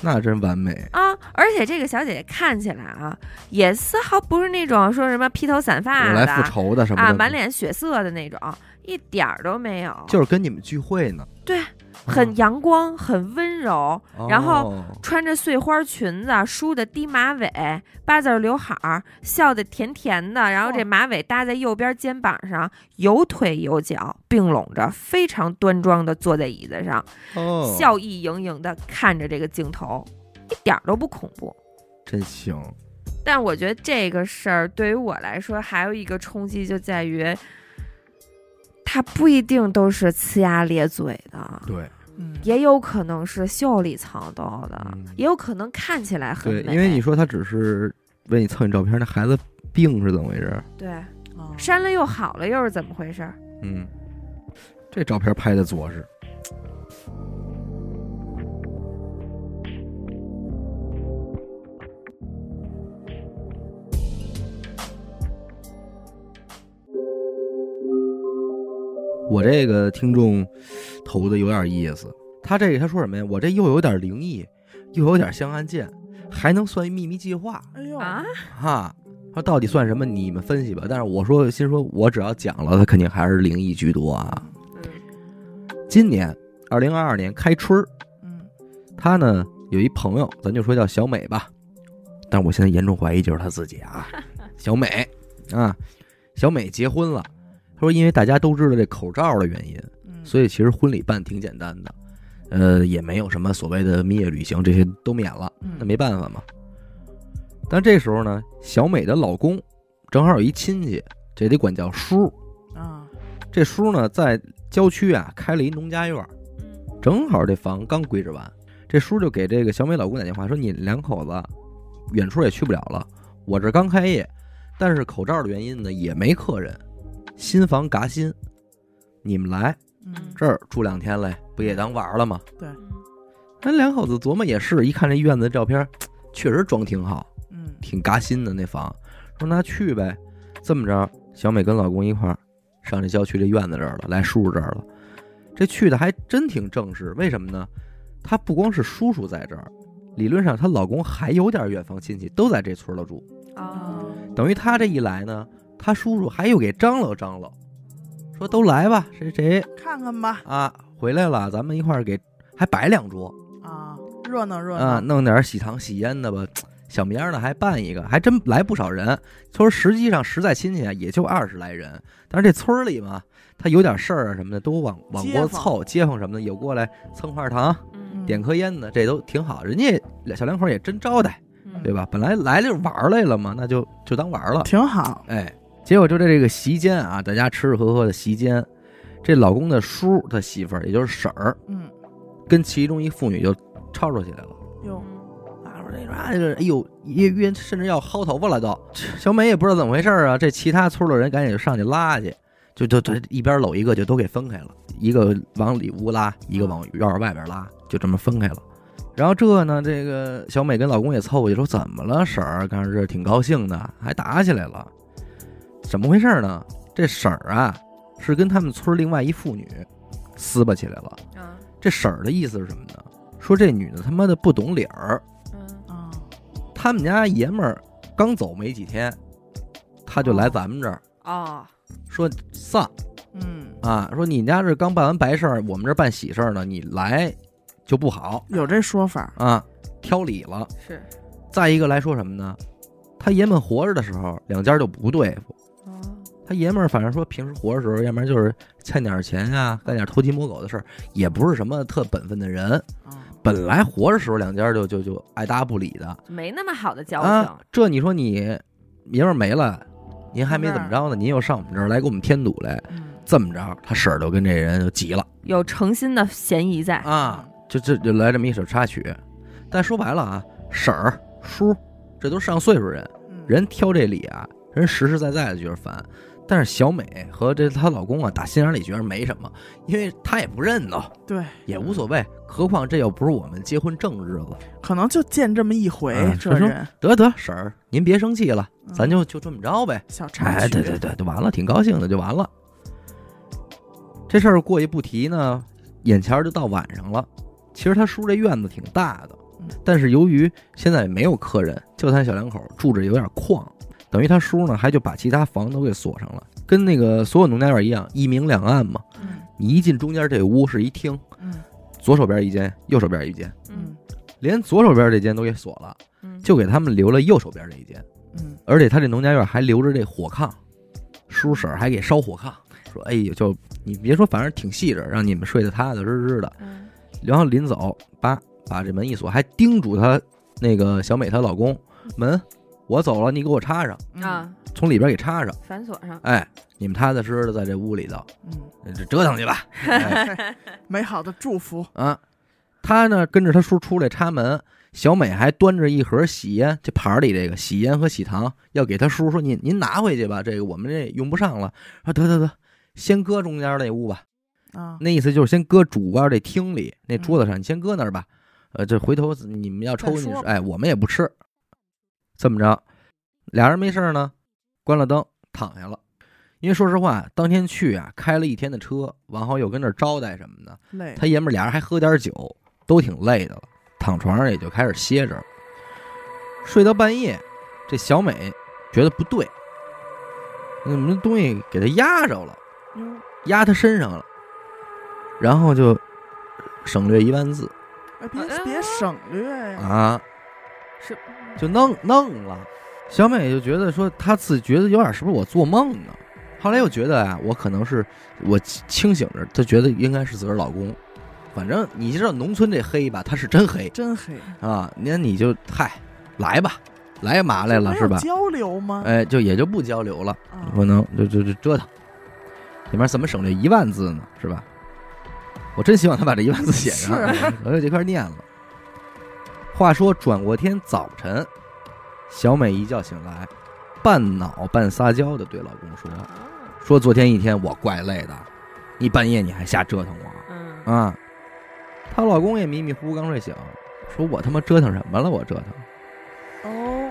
A: 那真完美。
C: 啊，而且这个小姐姐看起来啊，也丝毫不是那种说什么披头散
A: 我
C: 发
A: 来复
C: 的
A: 仇的什么
C: 啊，
A: 的，
C: 满脸血色的那种，一点儿都没有，
A: 就是嗯跟你们聚会呢，
C: 很阳光，很温柔，
A: 哦
C: 然后穿着碎花裙子，梳的低马尾，八字刘海儿，笑得甜甜的，然后这
B: 哦
C: 马尾搭在右边肩膀上，有腿有脚，并拢着，非常端庄的坐在椅子上，
A: 哦，
C: 笑意盈盈的看着这个镜头，一点儿都不恐怖。
A: 真行，
C: 但我觉得这个事儿对于我来说，还有一个冲击就在于，他不一定都是呲牙咧嘴的，
A: 对
B: 嗯，
C: 也有可能是袖里藏刀的，
A: 嗯
C: 也有可能看起来很
A: 对，
C: 美。哎
A: 因为你说他只是为你蹭你照片，那孩子病是怎么回事？
C: 对
B: 哦
C: 删了又好了，又是怎么回事儿？
A: 嗯，
D: 这照片拍的着实。
A: 我这个听众投的有点意思，他这个他说什么呀？我这又有点灵异，又有点香案件，还能算秘密计划
B: 哎呦
C: 啊，
A: 哈。他到底算什么？你们分析吧。但是我说，心说我只要讲了，他肯定还是灵异居多啊。
C: 嗯
A: 今年二零二二年开春儿，
B: 嗯
A: 他呢有一朋友，咱就说叫小美吧，但我现在严重怀疑就是他自己啊，小美啊，小美结婚了。他说，因为大家都知道这口罩的原因，
B: 嗯，
A: 所以其实婚礼办挺简单的，呃，也没有什么所谓的蜜月旅行，这些都免了，那
B: 嗯
A: 没办法嘛。但这时候呢，小美的老公正好有一亲戚，这得管叫叔。
B: 啊，
A: 这叔呢，在郊区啊开了一农家院儿，正好这房刚归置完，这叔就给这个小美老公打电话说：“你两口子远处也去不了了，我这刚开业，但是口罩的原因呢也没客人，新房嘎新，你们来
B: 嗯
A: 这儿住两天嘞，不也当玩儿了吗？”
C: 嗯
A: 那两口子琢磨也是，一看这院子照片，确实装挺好，
B: 嗯
A: 挺嘎新的那房，说那去呗。这么着，小美跟老公一块儿上这郊区这院子这儿了，来叔叔这儿了。这去的还真挺正式，为什么呢？她不光是叔叔在这儿，理论上她老公还有点远房亲戚都在这村儿了住，
C: 哦，
A: 等于她这一来呢，她叔叔还又给张罗张罗，说都来吧，谁谁
B: 看看吧
A: 啊回来了，咱们一块儿给还摆两桌，
B: 啊，热闹热
A: 啊，
B: 闹，
A: 弄点喜糖喜烟的吧，小明儿呢还办一个，还真来不少人。他说实际上实在亲戚啊也就二十来人，但是这村儿里嘛，他有点事儿啊什么的都往往
B: 街
A: 过
B: 坊
A: 凑，街坊什么的有过来蹭块糖、
C: 嗯
A: 点颗烟的，这都挺好。人家小两口也真招待，
C: 嗯
A: 对吧？本来来就是玩儿来了嘛，那就就当玩儿了。
B: 挺好，
A: 哎，结果就在这个席间啊，大家吃吃喝喝的席间，这老公的叔他媳妇儿，也就是婶儿，
B: 嗯
A: 跟其中一妇女就吵吵起来了。
B: 哟，
A: 啊，说
C: 嗯
A: 那啥，这个哎呦，也约甚至要薅头发了都。小美也不知道怎么回事儿啊，这其他村儿的人赶紧就上去拉去，就就这一边搂一个就都给分开了，一个往里屋拉，一个往院儿外边拉，就这么分开了。然后这呢，这个小美跟老公也凑过去说怎么了，婶儿，刚是挺高兴的，还打起来了，怎么回事儿呢？这婶儿啊，是跟他们村儿另外一妇女撕巴起来了。
C: 嗯
A: 这婶儿的意思是什么呢？说这女的他妈的不懂理儿，
C: 嗯
B: 啊，
A: 他们家爷们儿刚走没几天，他就来咱们这儿
C: 哦，
A: 说丧
B: 嗯，
A: 啊，说你家这刚办完白事儿，我们这儿办喜事儿呢，你来就不好
B: 有这说法儿，
A: 啊，挑理了。
C: 是，
A: 再一个来说什么呢？他爷们活着的时候，两家就不对付。
C: 哦，
A: 他爷们儿反正说平时活着时候，要不然就是欠点钱啊，干点偷鸡摸狗的事儿，也不是什么特本分的人。
B: 啊，
A: 本来活着时候两家就就就爱搭不理的，
C: 没那么好的交
A: 啊
C: 情，，
A: 这你说你爷们儿没了，您还没怎么着呢，您又上我们这儿来给我们添堵来，
B: 嗯
A: 这么着，他婶儿就跟这人就急了
C: 有诚心的嫌疑
B: 嗯
C: 在，
A: 啊，就这就来这么一首插曲。但说白了啊，婶儿叔这都上岁数人，
B: 嗯
A: 人挑这理啊，人实实在在的觉得烦。但是小美和这她老公啊，打心眼里觉得没什么，因为她也不认呢，
B: 对，
A: 也无所谓。何况这又不是我们结婚正日子，
B: 可能就见这么一回
A: 啊，
B: 这
A: 是说
B: 人
A: 得得，婶儿您别生气了，
B: 嗯
A: 咱就就这么着呗。
B: 小插
A: 哎，
B: 曲，
A: 对对对，就完了，挺高兴的，就完了。这事儿过去不提呢，眼前儿就到晚上了。其实他叔这院子挺大的
B: 嗯，
A: 但是由于现在没有客人，就他小两口住着有点旷，等于他叔呢还就把其他房都给锁上了，跟那个所有农家院一样，一明两暗嘛。
B: 嗯
A: 你一进中间这屋是一厅，
B: 嗯
A: 左手边一间，右手边一间，
B: 嗯
A: 连左手边这间都给锁了，
C: 嗯，
A: 就给他们留了右手边这一间。
B: 嗯，
A: 而且他这农家院还留着这火炕，叔婶儿还给烧火炕，说：“哎呦，就你别说，反正挺细致，让你们睡得踏踏实实的。
C: 嗯”
A: 然后临走，叭把这门一锁，还叮嘱她那个小美她老公：“门我走了，你给我插上，
B: 嗯，
C: 啊，
A: 从里边给插上。
C: 反锁上，
A: 哎，你们踏踏实实的在这屋里头，
B: 嗯，
A: 这折腾去吧。哎
B: 美好的祝福，
A: 啊，他呢跟着他叔出来插门，小美还端着一盒喜烟，这盘儿里这个喜烟和喜糖要给他叔说您您拿回去吧，这个我们这用不上了。说得得得，先搁中间那屋吧。
B: 啊，
A: 那意思就是先搁主卧这厅里那桌子上，你先搁那儿吧。呃，这回头你们要抽，
B: 再
A: 你
B: 说
A: 说
B: 吧
A: 哎，我们也不吃。这么着，俩人没事儿呢，关了灯躺下了。因为说实话，当天去啊，开了一天的车，完后又跟那儿招待什么的，
B: 累，
A: 他爷们儿俩人还喝点酒，都挺累的了，躺床上也就开始歇着了。睡到半夜，这小美觉得不对，怎么这东西给她压着了，
C: 嗯
B: 哟
A: 压她身上了，然后就省略一万字
B: 哎别
C: 哎
B: 别省略呀，
A: 啊，
C: 是
A: 就弄弄了。小美就觉得说，她自己觉得有点是不是我做梦呢？后来又觉得啊，我可能是我清醒着，她觉得应该是自个儿老公。反正你知道农村这黑吧，他是真黑，
B: 真黑，
A: 啊，那你就嗨，来吧，来嘛来了
B: 没有啊
A: 是吧？
B: 交流吗？
A: 哎，就也就不交流了，
B: 啊，
A: 可能就就就折腾，里面怎么省略一万字呢？是吧？我真希望他把这一万字写上，我就这块念了。话说转过天早晨，小美一觉醒来，半恼半撒娇的对老公说：“
C: 嗯
A: 说昨天一天我怪累的，你半夜你还瞎折腾我。”
C: 嗯
A: 啊，她老公也迷迷糊糊刚睡醒，说我他妈折腾什么了？我折腾，
B: 哦，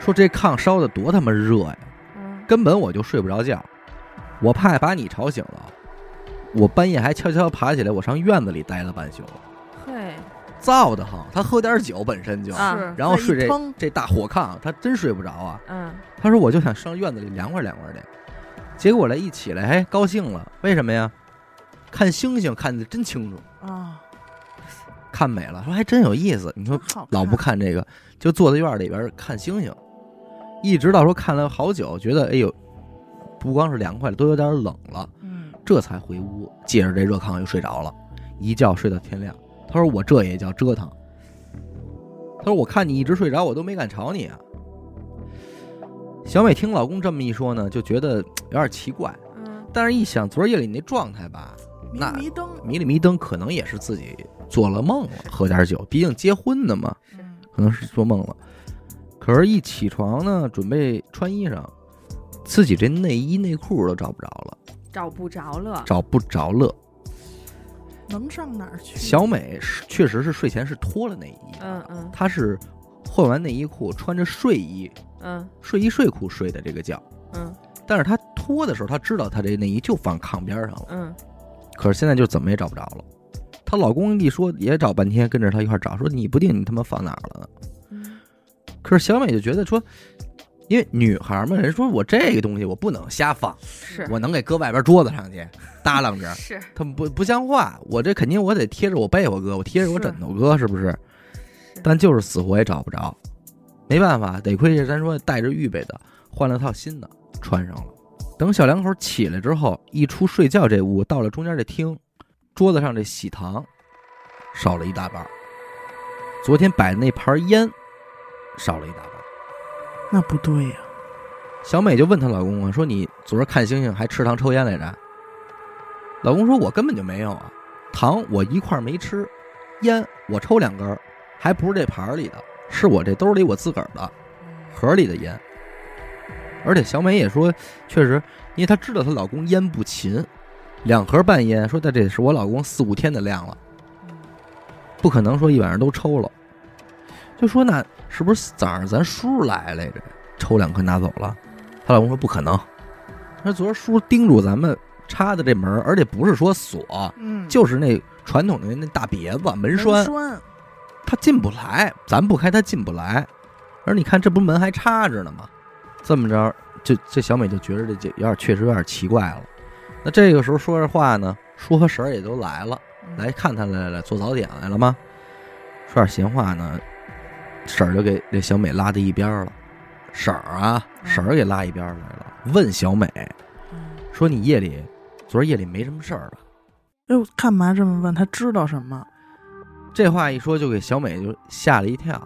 A: 说这炕烧的多他妈热呀，
C: 嗯
A: 根本我就睡不着觉，我怕把你吵醒了，我半夜还悄悄爬起来，我上院子里待了半宿，
C: 嘿，
A: 燥得很。他喝点酒本身就，
C: 啊
B: 是，
A: 然后
B: 再
A: 睡
B: 一
A: 这
B: 腾
A: 这大火炕，他真睡不着啊。
C: 嗯
A: 他说我就想上院子里凉快凉快去，结果来一起来，哎，高兴了，为什么呀？看星星看得真清楚，
B: 啊，
A: 看美了，说还真有意思。你 说
B: 真好
A: 老不
B: 看
A: 看这个，就坐在院儿里边儿看星星，一直到说看了好久，觉得哎呦，不光是凉快了，都有点冷了，
B: 嗯，
A: 这才回屋，借着这热炕又睡着了，一觉睡到天亮。他说我这也叫折腾。他说我看你一直睡着，我都没敢吵你啊。小美听老公这么一说呢，就觉得有点奇怪，
C: 嗯
A: 但是一想昨儿夜里那状态吧，
B: 迷
A: 那
B: 迷瞪，
A: 迷里迷瞪可能也是自己做了梦了，喝点酒，毕竟结婚的嘛。
B: 嗯
A: 可能是做梦了。可是，一起床呢，准备穿衣裳，自己这内衣内裤都找不着了，
C: 找不着了，
A: 找不着了。
B: 能上哪儿去？
A: 小美是确实是睡前是脱了内衣，啊
C: 嗯嗯
A: 她是换完内衣裤，穿着睡衣、
C: 嗯
A: 睡衣睡裤睡的这个觉。
C: 嗯
A: 但是她脱的时候，她知道她这内衣就放炕边上了，
C: 嗯，
A: 可是现在就怎么也找不着了。她老公一说也找半天，跟着她一块儿找，说你不定你他妈放哪儿了呢。
C: 嗯
A: 可是小美就觉得说，因为女孩嘛，人说我这个东西我不能瞎放，
C: 是
A: 我能给搁外边桌子上去耷拉着，
C: 是，
A: 他们不不像话。我这肯定我得贴着我被窝搁，我贴着我
C: 是
A: 枕头搁，是不是？但就是死活也找不着，没办法，得亏是咱说带着预备的，换了套新的穿上了。等小两口起来之后，一出睡觉这屋，到了中间这厅，桌子上这喜糖少了一大半儿，昨天摆的那盘烟少了一大半儿。
B: 那不对呀，
A: 小美就问她老公啊，说你昨儿看星星还吃糖抽烟来着？老公说，我根本就没有啊，糖我一块儿没吃，烟我抽两根儿，还不是这盘儿里的，是我这兜里我自个儿的盒里的烟。而且小美也说，确实，因为她知道她老公烟不勤，两盒半烟，说但这是我老公四五天的量了，不可能说一晚上都抽了。就说那是不是早上咱叔来来着，抽两颗拿走了？她老公说不可能，说昨儿叔叮嘱咱们插的这门儿，而且不是说锁，
B: 嗯，
A: 就是那传统的那大别子门栓，
B: 栓，
A: 他进不来，咱不开他进不来。而你看这不门还插着呢吗？这么着，就这小美就觉得这这有点确实有点奇怪了。那这个时候说着话呢，叔和婶儿也都来了，来看她来了，做早点来了吗？说点闲话呢，婶儿就给这小美拉到一边儿了。婶儿啊，婶儿给拉一边儿来了，问小美
B: 嗯
A: 说：“你夜里昨儿夜里没什么事儿吧？”
B: 哎呦，干嘛这么问？他知道什么？
A: 这话一说，就给小美就吓了一跳，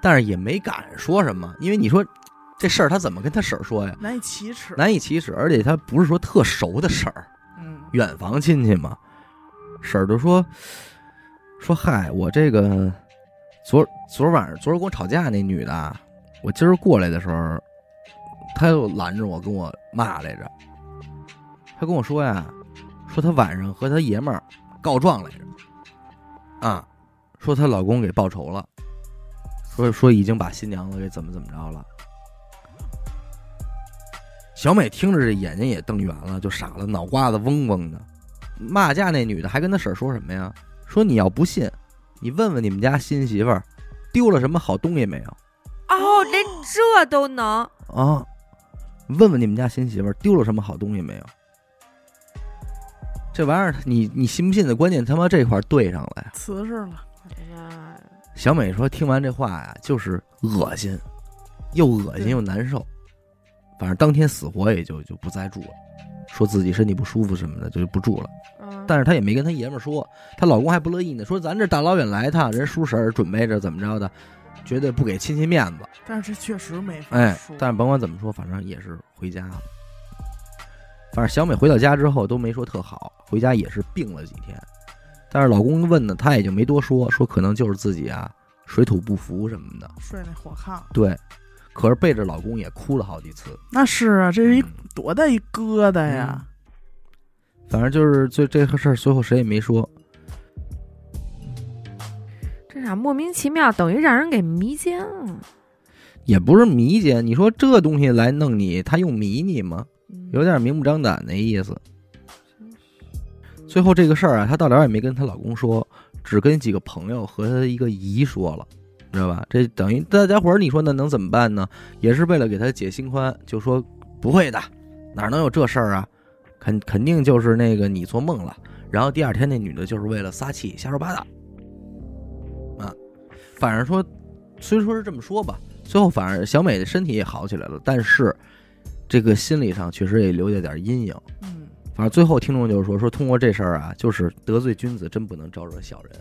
A: 但是也没敢说什么，因为你说这事儿她怎么跟她婶儿说呀？
B: 难以启齿，
A: 难以启齿，而且她不是说特熟的婶儿，
B: 嗯，
A: 远房亲戚嘛。婶儿就说说嗨，我这个昨昨晚上昨儿跟我吵架那女的啊，我今儿过来的时候，她又拦着我跟我骂来着，她跟我说呀，说她晚上和她爷们儿告状来着，啊，说她老公给报仇了，说说已经把新娘子给怎么怎么着了。小美听着这眼睛也瞪圆了，就傻了，脑瓜子嗡嗡的。骂架那女的还跟她婶儿说什么呀？说你要不信，你问问你们家新媳妇儿丢了什么好东西没有？
C: 哦，连这都能，
A: 啊，问问你们家新媳妇儿丢了什么好东西没有？这玩意儿，你你信不信的关键他妈这块儿对上了呀！
B: 瓷实了，
C: 哎
A: 小美说，听完这话呀，就是恶心，又恶心又难受，反正当天死活也就就不再住了，说自己身体不舒服什么的就不住了。
C: 嗯
A: 但是她也没跟她爷们儿说，她老公还不乐意呢，说咱这大老远来一趟，人叔婶儿准备着怎么着的，绝对不给亲戚面子。
B: 但是这确实没法
A: 哎
B: 说，
A: 但是甭管怎么说，反正也是回家了。反正小美回到家之后都没说特好，回家也是病了几天。但是老公问呢，她也就没多说，说可能就是自己啊水土不服什么的。
B: 睡那火炕，
A: 对，可是背着老公也哭了好几次。
B: 那是啊，这是一多大一疙瘩
A: 嗯
B: 呀！
A: 反正就是最这个事儿，最后谁也没说。
C: 这啥莫名其妙，等于让人给迷奸了。
A: 也不是迷姐，你说这东西来弄你，他用迷你吗？有点明目张胆那意思。最后这个事儿啊，她到了也没跟她老公说，只跟几个朋友和她一个姨说了，知道吧？这等于大家伙儿，你说那能怎么办呢？也是为了给她解心宽，就说不会的，哪能有这事儿啊？肯肯定就是那个你做梦了。然后第二天那女的就是为了撒气瞎说八道，啊，反正说虽说是这么说吧，最后反而小美的身体也好起来了，但是这个心理上确实也留下点阴影。
B: 嗯，
A: 反正最后听众就是说，说通过这事儿啊，就是得罪君子，真不能招惹小人。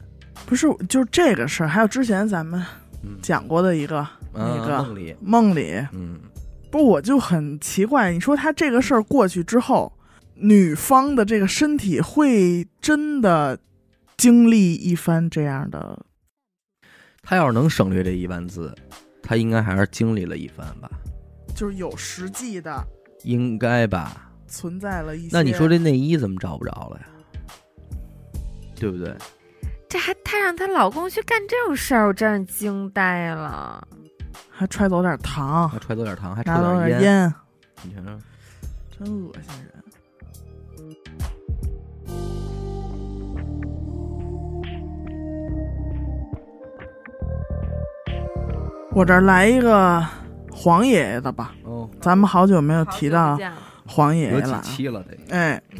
B: 不是，就是这个事儿，还有之前咱们
A: 嗯，
B: 讲过的一个那个
A: 啊梦里，
B: 梦里，
A: 嗯，
B: 不是我就很奇怪，你说他这个事儿过去之后，女方的这个身体会真的经历一番这样的，
A: 他要是能省略这一万字，他应该还是经历了一番吧，
B: 就是有实际的
A: 应该吧？
B: 存在了一些。
A: 那你说这内衣怎么找不着了呀？对不对？
C: 这还她让她老公去干这种事儿，我真是惊呆了。
B: 还揣走点糖，
A: 还揣走点糖，还
B: 拿走
A: 抽
B: 点
A: 烟，
B: 烟，
A: 你瞧瞧。
B: 真恶心人。我这儿来一个黄爷爷的吧，
A: 哦，
B: 咱们好久没有提
C: 好
B: 到
C: 久不见了
B: 黄爷爷
A: 有
B: 了
A: 几
B: 啊。
A: 期了得？
B: 哎，
A: 嗯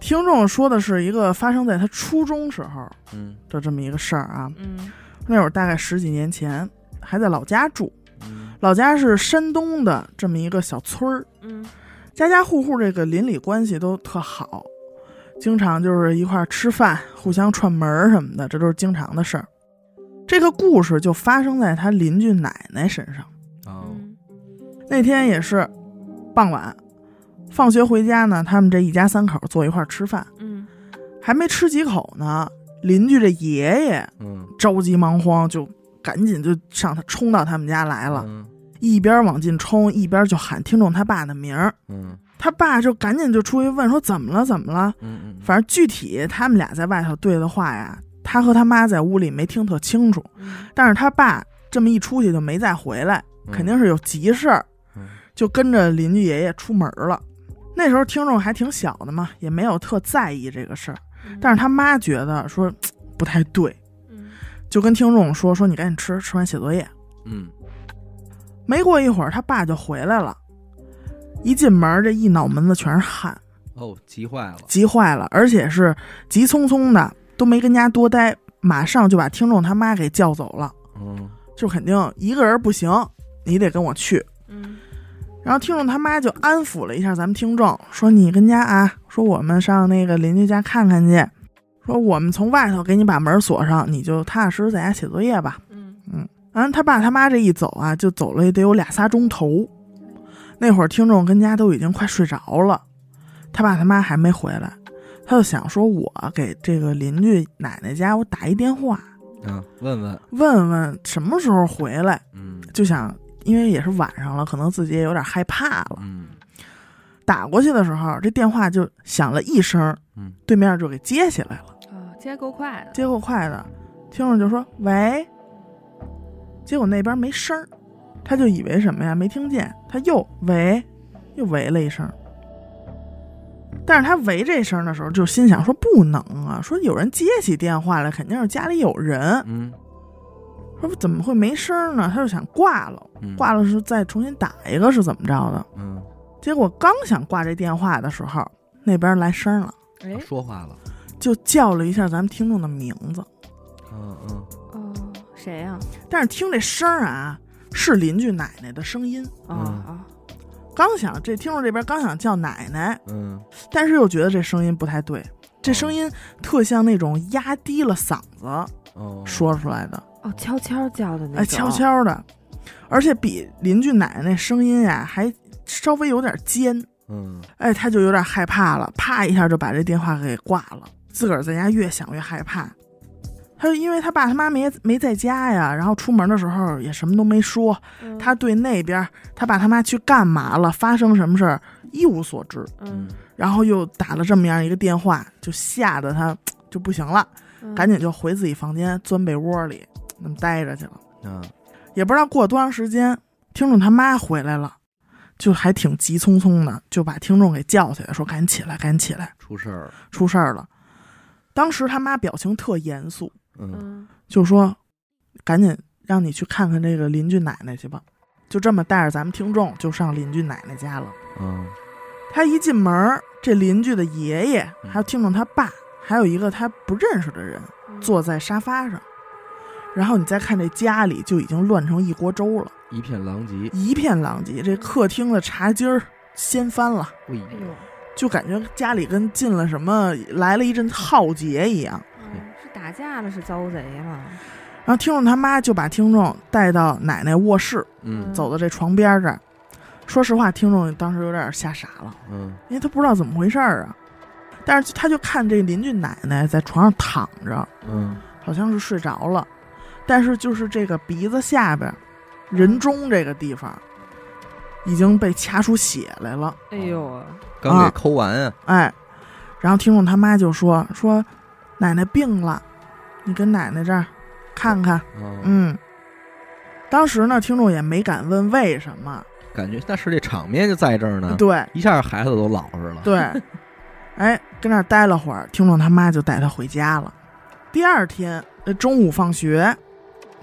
B: 听众说的是一个发生在他初中时候
A: 嗯
B: 的这么一个事儿啊，
C: 嗯
B: 那会儿大概十几年前，还在老家住，
A: 嗯
B: 老家是山东的这么一个小村儿，
C: 嗯
B: 家家户户这个邻里关系都特好，经常就是一块儿吃饭，互相串门儿什么的，这都是经常的事儿。这个故事就发生在他邻居奶奶身上。
A: 哦
C: 嗯
B: 那天也是傍晚，放学回家呢，他们这一家三口坐一块儿吃饭，
C: 嗯，
B: 还没吃几口呢，邻居这爷爷
A: 嗯，
B: 着急忙慌就赶紧就上他冲到他们家来了，
A: 嗯
B: 一边往进冲，一边就喊听众他爸的名儿。
A: 嗯
B: 他爸就赶紧就出去问说怎么了怎么了，
A: 嗯嗯，
B: 反正具体他们俩在外头对的话呀，他和他妈在屋里没听特清楚，
C: 嗯
B: 但是他爸这么一出去就没再回来，肯定是有急事儿
A: 嗯，
B: 就跟着邻居爷爷出门了。那时候听众还挺小的嘛，也没有特在意这个事儿，但是他妈觉得说嘖不太对，
C: 嗯
B: 就跟听众说说你赶紧吃，吃完写作业。
A: 嗯
B: 没过一会儿，他爸就回来了，一进门这一脑门子全是汗，
A: 哦，急坏了，
B: 急坏了，而且是急匆匆的，都没跟家多待，马上就把听众他妈给叫走了。
A: 嗯
B: 就肯定一个人不行，你得跟我去。
C: 嗯
B: 然后听众他妈就安抚了一下咱们听众，说你跟家啊，说我们上那个邻居家看看去，说我们从外头给你把门锁上，你就踏踏实实在家写作业吧。
C: 嗯
B: 然后他爸他妈这一走啊，就走了也得有俩仨钟头。那会儿听众跟家都已经快睡着了，他爸他妈还没回来，他就想说，我给这个邻居奶奶家我打一电话，
A: 啊，问问，
B: 问问什么时候回来，
A: 嗯
B: 就想因为也是晚上了，可能自己也有点害怕了。
A: 嗯
B: 打过去的时候，这电话就响了一声，
D: 嗯，
B: 对面就给接起来了。
C: 啊，接够快的，
B: 接够快的，听众就说喂，结果那边没声儿，他就以为什么呀没听见，他又喂，又喂了一声。但是他喂这声的时候，就心想说不能啊，说有人接起电话来，肯定是家里有人，
D: 嗯
B: 说怎么会没声儿呢？他就想挂了，
D: 嗯，
B: 挂了是再重新打一个是怎么着的？
D: 嗯，
B: 结果刚想挂这电话的时候，那边来声了，
C: 哎，
D: 说话了，
B: 就叫了一下咱们听众的名字。
D: 嗯嗯，
C: 哦，谁呀？
B: 但是听这声儿啊，是邻居奶奶的声音。
C: 哦
D: 嗯
C: 哦，
B: 刚想这听众这边刚想叫奶奶，
D: 嗯，
B: 但是又觉得这声音不太对，这声音特像那种压低了嗓子
D: 哦，
B: 说出来的，
C: 哦，悄悄叫的那
B: 哎，
C: 种，
B: 悄悄的，而且比邻居奶奶那声音呀、还稍微有点尖。
D: 嗯，
B: 哎，他就有点害怕了，啪一下就把这电话给挂了。自个儿在家越想越害怕，他就因为他爸他妈没没在家呀，然后出门的时候也什么都没说，
C: 嗯，
B: 他对那边他爸他妈去干嘛了，发生什么事儿一无所知，
C: 嗯，
B: 然后又打了这么样一个电话，就吓得他就不行了，
C: 嗯
B: 赶紧就回自己房间钻被窝里那么待着去了。
D: 嗯
B: 也不知道过了多长时间，听众他妈回来了，就还挺急匆匆的，就把听众给叫起来，说：“赶紧起来，赶紧起来，
A: 出事儿了，
B: 出事儿了。”当时他妈表情特严肃，
D: 嗯
C: 嗯，
B: 就说：“赶紧让你去看看这个邻居奶奶去吧。”就这么带着咱们听众就上邻居奶奶家了。
D: 嗯，
B: 他一进门儿，这邻居的爷爷，
D: 嗯
B: 还有听众他爸，还有一个他不认识的人
C: 嗯
B: 坐在沙发上。然后你再看这家里就已经乱成一锅粥了。
D: 一片狼藉，
B: 一片狼藉，这客厅的茶几儿掀翻了，
D: 喂，
C: 哎呦，
B: 就感觉家里跟进了什么来了一阵浩劫一样。
C: 嗯是打架了，是遭贼了，
A: 嗯
B: 然后听众他妈就把听众带到奶奶卧室，
D: 嗯
B: 走到这床边儿这儿。说实话，听众当时有点吓傻了，
D: 嗯
B: 因为他不知道怎么回事儿啊。但是他就看这邻居奶奶在床上躺着，
D: 嗯
B: 好像是睡着了，但是就是这个鼻子下边儿，人中这个地方，已经被掐出血来了。
C: 哎呦，
A: 刚给抠完啊，
B: 哎，然后听众他妈就说说，奶奶病了，你跟奶奶这儿看看。
D: 嗯，
B: 嗯，当时呢，听众也没敢问为什么，
A: 感觉但是这场面就在这儿呢，
B: 对
A: 一下孩子都老实了，
B: 对，哎，跟那儿待了会儿，听众他妈就带他回家了。第二天，这中午放学，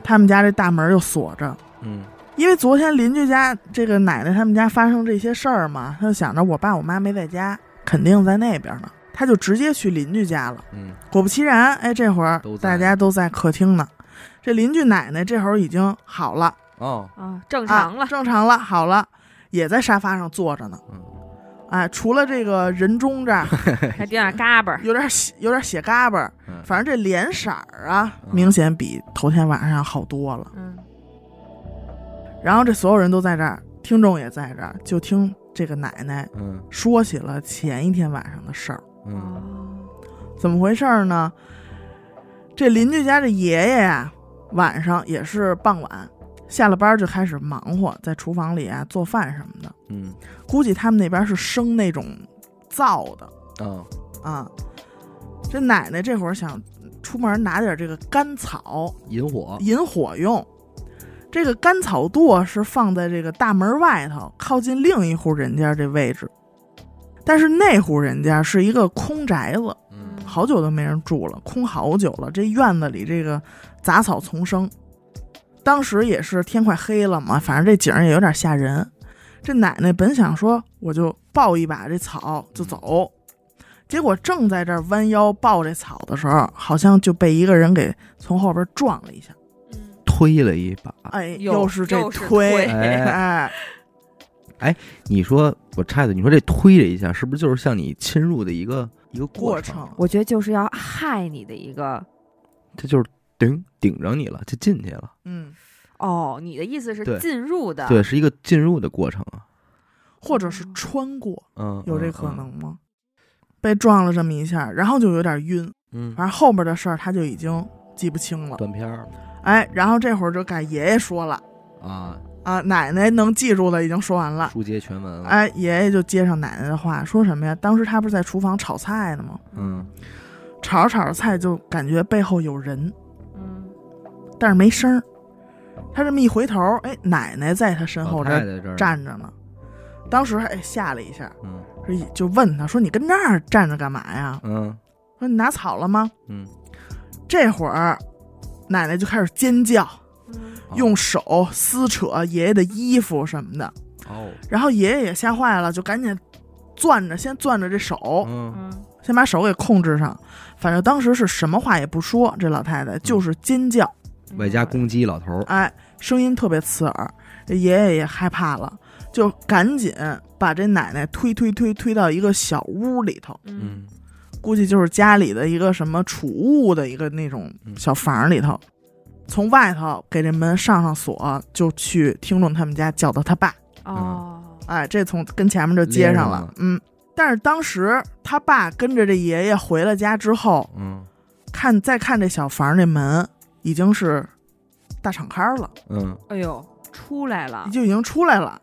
B: 他们家这大门又锁着。
D: 嗯
B: 因为昨天邻居家这个奶奶他们家发生这些事儿嘛，他就想着我爸我妈没在家，肯定在那边呢，他就直接去邻居家了。
D: 嗯
B: 果不其然，哎，这会儿
A: 都在
B: 大家都在客厅呢。这邻居奶奶这会儿已经好了，
D: 哦，
C: 啊，正
B: 正
C: 常了
B: 啊，，正常了，好了，也在沙发上坐着呢。
D: 嗯
B: 哎，除了这个人中这儿
C: 还有点 嘎巴儿，
B: 有点血，有点血嘎巴儿
D: 嗯，
B: 反正这脸色儿啊，
D: 嗯
B: 明显比头天晚上要好多了。
C: 嗯，
B: 然后这所有人都在这儿，听众也在这儿，就听这个奶奶
D: 嗯
B: 说起了前一天晚上的事儿。
D: 嗯
C: 哦，
B: 怎么回事儿呢？这邻居家这爷爷呀、晚上也是傍晚，下了班就开始忙活，在厨房里啊做饭什么的。
D: 嗯，
B: 估计他们那边是生那种灶的
D: 哦，
B: 啊。这奶奶这会儿想出门拿点这个干草
A: 引火，
B: 引火用。这个干草垛是放在这个大门外头，靠近另一户人家这位置，但是那户人家是一个空宅子，
D: 嗯
B: 好久都没人住了，空好久了。这院子里这个杂草丛生，当时也是天快黑了嘛，反正这景儿也有点吓人。这奶奶本想说我就抱一把这草就走，结果正在这儿弯腰抱这草的时候，好像就被一个人给从后边撞了一下。
C: 嗯
A: 推了一把。
B: 哎，
C: 又
B: 又是这
C: 又是推
A: 哎，
B: 哎，
A: 你说我插一嘴，你说这推了一下，是不是就是像你侵入的一个一个
B: 过
A: 程？
B: 程嗯
C: 我觉得就是要害你的一个，
A: 这就是顶顶着你了，就进去了。
B: 嗯，
C: 哦，你的意思是
A: 对
C: 进入的，
A: 对，是一个进入的过程啊。
B: 或者是穿过，
D: 嗯，
B: 有这可能吗？被撞了这么一下，然后就有点晕，
D: 嗯，
B: 反正后边的事儿他就已经记不清了。
A: 断片儿
B: 哎，然后这会儿就改爷爷说了，
A: 啊，
B: 啊，奶奶能记住的已经说完了。
A: 书接全文啊了。
B: 啊哎，爷爷就接上奶奶的话，说什么呀？当时他不是在厨房炒菜呢吗？
A: 嗯，
B: 炒着炒着菜就感觉背后有人，
C: 嗯，
B: 但是没声儿。他这么一回头，哎，奶奶在他身后
A: 老
B: 这
A: 太太
B: 儿
A: 这儿呢，
B: 站着呢。当时哎吓了一下，
A: 嗯
B: 说就问他说：“你跟那儿站着干嘛呀？
A: 嗯
B: 说你拿草了吗
A: 嗯，？”
B: 这会儿，奶奶就开始尖叫，
C: 嗯
A: 哦
B: 用手撕扯爷爷的衣服什么的。
A: 哦，
B: 然后爷爷也吓坏了，就赶紧攥着，先攥着这手，哦
A: 嗯
C: 嗯
B: 先把手给控制上。反正当时是什么话也不说，这老
A: 嗯
B: 太太就是尖叫，
A: 外加攻击老头儿，
B: 哎，声音特别刺耳。这爷爷也害怕了，就赶紧把这奶奶推推推推到一个小屋里头，
C: 嗯，
B: 估计就是家里的一个什么储物的一个那种
A: 嗯
B: 小房里头。从外头给这门上上锁，就去听众他们家叫到他爸。
A: 嗯
C: 哦，
B: 哎，这从跟前面就接上
A: 连上
B: 了，
A: 了
B: 嗯。但是当时他爸跟着这爷爷回了家之后，
A: 嗯
B: 看再看这小房这门已经是大敞开了，
A: 嗯
C: 哎呦，出来
A: 啊
C: 了，
B: 就已经出来了，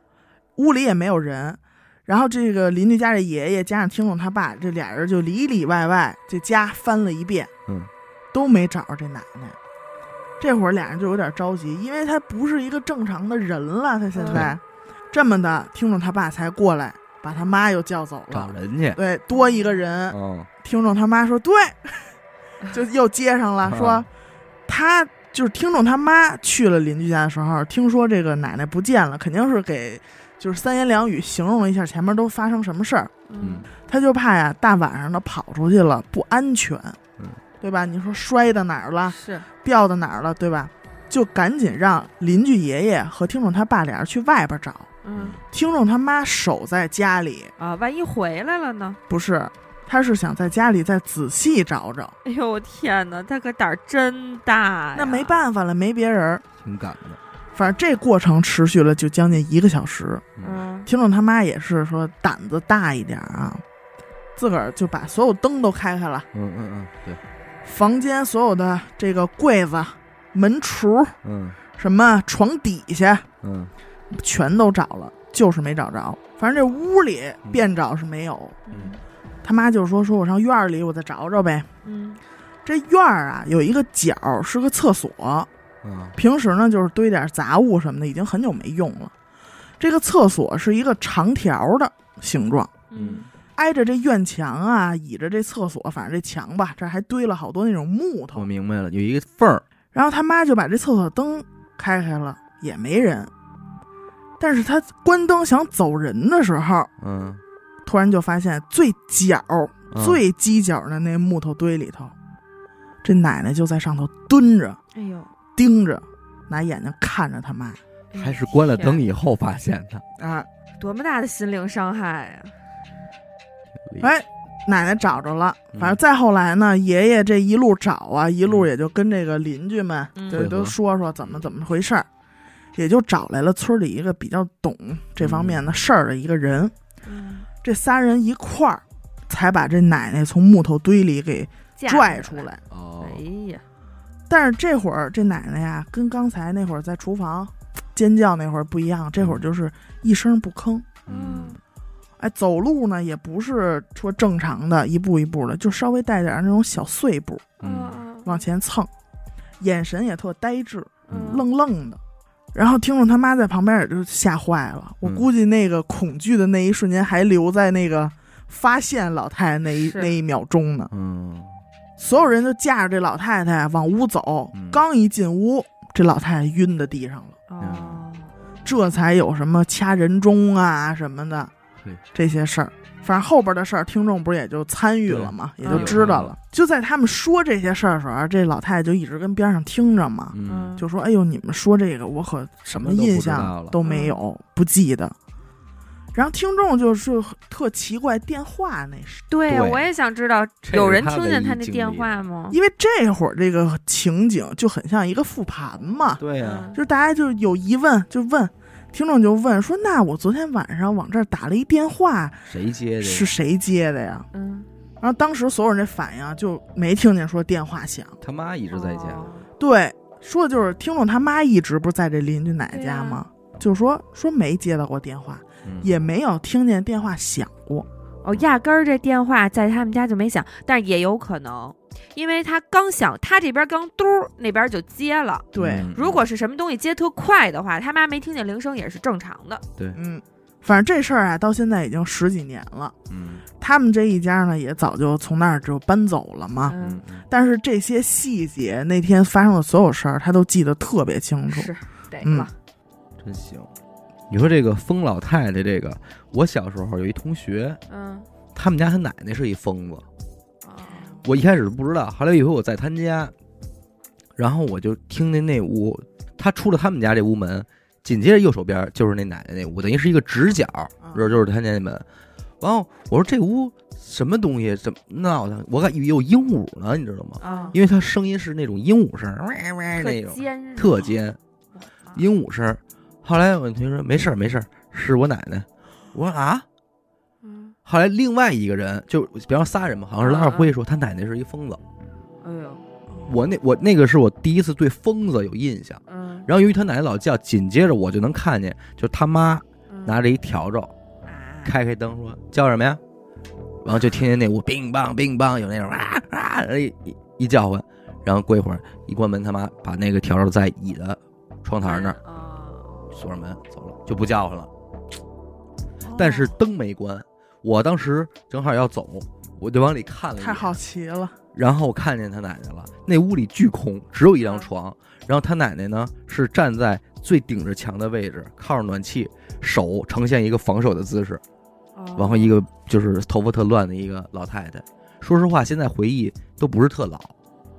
B: 屋里也没有人。然后这个邻居家的爷爷加上听众他爸，这俩人就里里外外这家翻了一遍，
A: 嗯，
B: 都没找着这奶奶。这会儿俩人就有点着急，因为他不是一个正常的人了，他现在、这么的，听众他爸才过来把他妈又叫走
A: 找
B: 了。
A: 人去，
B: 对，多一个人，
A: 嗯
B: 听众他妈说 对，就又接上了，说
A: 啊
B: 他就是听众他妈去了邻居家的时候，听说这个奶奶不见了，肯定是给就是三言两语形容一下前面都发生什么事儿，
A: 嗯，
B: 他就怕呀大晚上的跑出去了不安全，
A: 嗯
B: 对吧？你说摔到哪儿了，
C: 是，
B: 掉到哪儿了，对吧？就赶紧让邻居爷爷和听众他爸俩人去外边找，
C: 嗯
B: 听众他妈守在家里，
C: 啊，万一回来了呢？
B: 不是，他是想在家里再仔细找找。
C: 哎呦，我天哪，他可胆儿真哎大呀！
B: 那没办法了，没别人儿。
A: 挺敢的，
B: 反正这过程持续了就将近一个小时。
C: 嗯，
B: 听众他妈也是说胆子大一点儿啊，自个儿就把所有灯都开开了，
A: 嗯嗯嗯，对，
B: 房间所有的这个柜子、门橱、
A: 嗯
B: 什么床底下
A: 嗯
B: 全都找了，就是没找着。反正这屋里
A: 嗯
B: 遍找是没有。
A: 嗯
B: 他妈就说：“说我上院儿里我再找找呗。
C: 嗯”
B: 这院儿啊有一个角儿是个厕所，
A: 嗯
B: 平时呢就是堆点杂物什么的，已经很久没用了。这个厕所是一个长条的形状，
C: 嗯
B: 挨着这院墙啊，倚着这厕所，反正这墙吧，这还堆了好多那种木
A: 我
B: 头。
A: 明白了，有一个缝儿，
B: 然后他妈就把这厕所灯开开了，也没人。但是他关灯想走人的时候，
A: 嗯，
B: 突然就发现最角、
A: 嗯
B: 最犄角的那木头堆里头，这奶奶就在上头蹲着，
C: 哎呦，
B: 盯着，拿眼睛看着他妈
C: 哎呦
A: 还是关了灯以后发现的，
B: 啊。
C: 多么大的心灵伤害啊呀！
B: 哎，奶奶找着了，
A: 嗯
B: 反正再后来呢，爷爷这一路找啊，一路也就跟这个邻居们
C: 嗯
B: 就
A: 会合
B: 都说说怎么怎么回事儿，也就找来了村里一个比较懂这方面
A: 嗯
B: 的事儿的一个人，
C: 嗯，
B: 这仨人一块儿才把这奶奶从木头堆里给
C: 嫁
B: 拽出来。
A: 哦
C: 哎，呀，
B: 但是这会儿这奶奶呀，跟刚才那会儿在厨房尖叫那会儿不一样，这会儿就是一声不吭。
A: 嗯
B: 哎，走路呢也不是说正常的一步一步的，就稍微带点儿那种小碎步
A: 嗯
C: 嗯，
B: 往前蹭，眼神也特呆滞，
C: 嗯
B: 愣愣的。然后听众他妈在旁边也就吓坏了，我
A: 嗯
B: 估计那个恐惧的那一瞬间还留在那个发现老太太那一
C: 是
B: 那一秒钟呢。
A: 嗯
B: 所有人都架着这老太太往屋走，
A: 嗯
B: 刚一进屋，这老太太晕在地上了。
A: 嗯
C: 哦，
B: 这才有什么掐人中啊什么的
A: 对
B: 这些事儿。反正后边的事儿，听众不是也就参与了嘛，也
C: 对
B: 就知道
A: 嗯
B: 了。就在他们说这些事儿的时候，啊这老太太就一直跟边上听着嘛，
A: 嗯，
B: 就说：“哎呦，你们说这个，我可什么印
A: 什么都不知道
B: 象
A: 了
B: 都没有，不记得。”然后听众就是特奇怪电话那事，
C: 对呀，
A: 对
C: 我也想知道，
A: 这是
C: 有人
A: 他
C: 听
A: 唯
C: 见
A: 一
C: 他那
A: 经
C: 电
A: 历
C: 话吗？
B: 因为这会儿这个情景就很像一个复盘嘛，
A: 对啊呀、
B: 就是大家就有疑问就问，听众就问说：“那我昨天晚上往这儿打了一电话，
A: 谁接的？
B: 是谁接的呀？
C: 嗯，
B: 然后当时所有人这反应啊就没听见说电话响，
A: 他妈一
C: 一
A: 直在家，
B: 对，说的就是听众他妈一直不是在这邻居奶奶家吗？就说说没接到过电话，
A: 嗯
B: 也没有听见电话响过。
C: 哦，压根儿这电话在他们家就没响，但是也有可能，因为他刚响，他这边刚嘟儿，那边就接了。
B: 对，
A: 嗯
C: 如果是什么东西接特快的话，他妈没听见铃声也是正常的。
B: 嗯，反正这事儿啊，到现在已经十几年了。
A: 嗯
B: 他们这一家呢，也早就从那儿就搬走了嘛。
C: 嗯，
A: 嗯
B: 但是这些细节，那天发生的所有事儿，他都记得特别清楚。
C: 是得
B: 嗯
C: 了。
A: 真行。你说这个疯老太太，这个我小时候有一同学，
C: 嗯，
A: 他们家他奶奶是一疯子，
C: 哦
A: 我一开始不知道，后来有一回我在他家，然后我就听见那屋，他出了他们家这屋门，紧接着右手边就是那奶奶那屋，等于是一个直角，
B: 啊
A: 这就是他家那门。然后我说这屋什么东西怎么闹腾？我感觉有鹦鹉呢，你知道吗？
C: 啊，
A: 因为它声音是那种鹦鹉声，喂喂那
C: 特
A: 种
C: 尖，
A: 特尖
C: 啊
A: 鹦鹉声。后来我同学说没事儿没事儿，是我奶奶。我说啊，
C: 嗯
A: 后来另外一个人就比方仨人嘛，好像是拉
C: 嗯
A: 二
C: 嗯
A: 辉说他奶奶是一疯子。
C: 哎呦，
A: 我那我那个是我第一次对疯子有印象。
C: 嗯，
A: 然后由于他奶奶老叫，紧接着我就能看见，就他妈
C: 嗯
A: 拿着一笤帚，
C: 啊
A: 开开灯说叫什么呀？然后就听见那屋冰棒冰棒有那种啊啊一一一叫唤，然后过一会儿一关门，他妈把那个笤帚在倚的窗台那儿
C: 哦
A: 锁上门走了，就不叫唤了。但是灯没关，我当时正好要走，我就往里看了一
B: 太
A: 眼，
B: 好奇了，
A: 然后我看见他奶奶了，那屋里巨空，只有一张床。然后他奶奶呢是站在最顶着墙的位置，靠着暖气，手呈现一个防守的姿势。
C: 哦
A: 然后一个就是头发特乱的一个老太太。说实话，现在回忆都不是特老，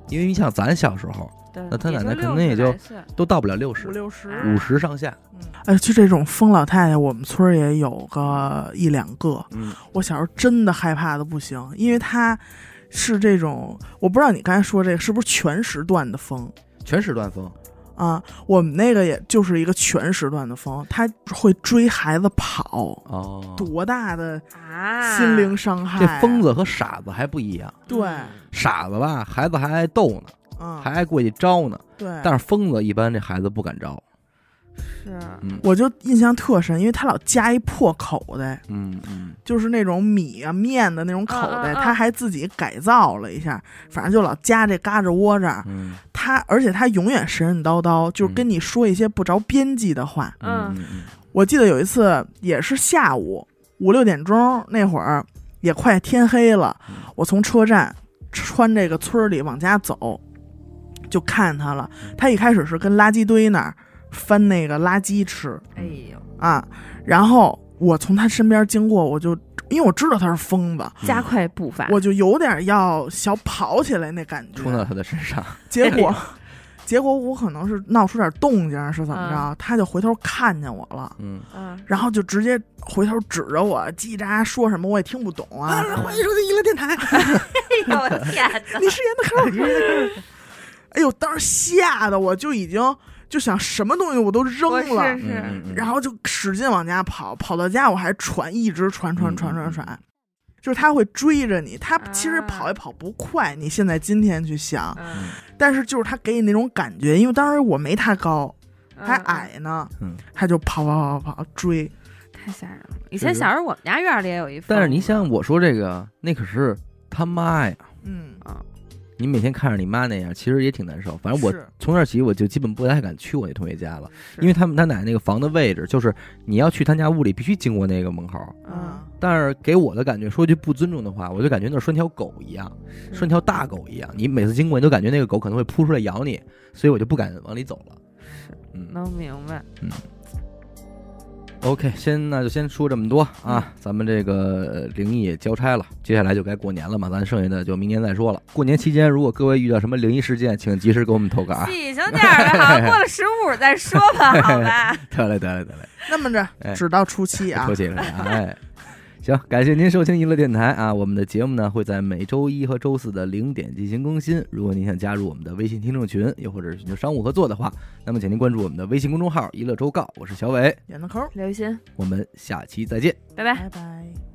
A: 因为你想咱小时候
C: 对
A: 那他
C: 也
A: 奶奶
C: 就
A: 可
C: 60
A: 能也就
C: 来岁
A: 都到不了六十
B: 五，六十，
A: 五十上下。
B: 哎，就这种疯老太太，我们村儿也有个一两个。
A: 嗯
B: 我小时候真的害怕的不行，因为她是这种，我不知道你刚才说这个是不是全时段的风
A: 全时段风，
B: 啊？我们那个也就是一个全时段的风，她会追孩子跑，
A: 哦
B: 多大的
C: 啊，
B: 心灵伤害、
A: 这
B: 啊！
A: 疯子和傻子还不一样，
B: 对，
A: 傻子吧，孩子还爱逗呢，
B: 嗯，
A: 还爱过去招呢。
B: 对，
A: 但是疯子一般这孩子不敢招。
C: 是
A: 嗯
B: 我就印象特深，因为她老夹一破口袋，
A: 嗯嗯，
B: 就是那种米啊面的那种口袋，
C: 嗯嗯嗯
B: 她还自己改造了一下，反正就老夹这嘎吱窝这儿。
A: 嗯
B: 他，而且他永远神神叨叨，就是
A: 嗯
B: 跟你说一些不着边际的话。
A: 嗯
C: 嗯
A: 嗯
B: 我记得有一次也是下午五六点钟那会儿，也快天黑了
A: 嗯，
B: 我从车站穿这个村儿里往家走，就看他了。他一开始是跟垃圾堆那儿翻那个垃圾吃
C: 哎呦，
A: 嗯
B: 啊，然后我从他身边经过，我就因为我知道他是疯子，
C: 加快步伐，
B: 我就有点要想跑起来那感觉。
A: 冲到他的身上，
B: 结果，结果我可能是闹出点动静是怎么着，他就回头看见我了，
A: 嗯，
C: 嗯
B: 然后就直接回头指着我叽喳说什么，我也听不懂啊。欢迎收听娱乐电台，
C: 哎呦我的天 哪！
B: 你饰演的卡尔迪。哎呦，当时吓得我就已经就想什么东西我都
C: 我
B: 扔了
C: 是，是
A: 嗯嗯
B: 然后就使劲往家跑，跑到家我还喘，一直喘喘喘
A: 嗯嗯
B: 喘
A: 嗯
B: 喘。就是他会追着你，他
C: 啊
B: 其实跑也跑不快。你现在今天去想，
C: 嗯
B: 但是就是他给你那种感觉，因为当时我没他高，
C: 嗯
B: 还矮呢，
A: 嗯
B: 他就跑跑跑跑追，
C: 太吓人了。以前小时候我们家院儿里也有一，
A: 但是你，想，我说这个，那可是他妈呀！
B: 嗯，
A: 你每天看着你妈那样，其实也挺难受。反正我
B: 是
A: 从那儿起，我就基本不太敢去我那同学家了，因为他们他奶奶那个房的位置，就是你要去他家屋里，必须经过那个门口。
C: 嗯，
A: 但是给我的感觉，说句不尊重的话，我就感觉那儿拴条狗一样，
C: 是
A: 拴条大狗一样。你每次经过，你都感觉那个狗可能会扑出来咬你，所以我就不敢往里走了。
C: 是
A: 嗯
C: 能明白，
A: ，OK，先那就先说这么多
C: 嗯
A: 啊，咱们这个呃灵异也交差了，接下来就该过年了嘛，咱剩下的就明年再说了。过年期间，如果各位遇到什么灵异事件，请及时给我们投稿啊。
C: 细行点儿吧，好，过了十五再说吧，好 吧。
A: 得嘞，得嘞，得嘞。
B: 那么
A: 哎
B: 着，直到初七啊
A: 客，气了，哎。行，感谢您收听娱乐电台啊！我们的节目呢会在每周一和周四的零点进行更新。如果您想加入我们的微信听众群，又或者是寻求商务合作的话，那么请您关注我们的微信公众号“娱乐周告”。我是小伟，
B: 点个扣，
C: 刘鑫，
A: 我们下期再见。
C: 拜拜。
B: 拜拜。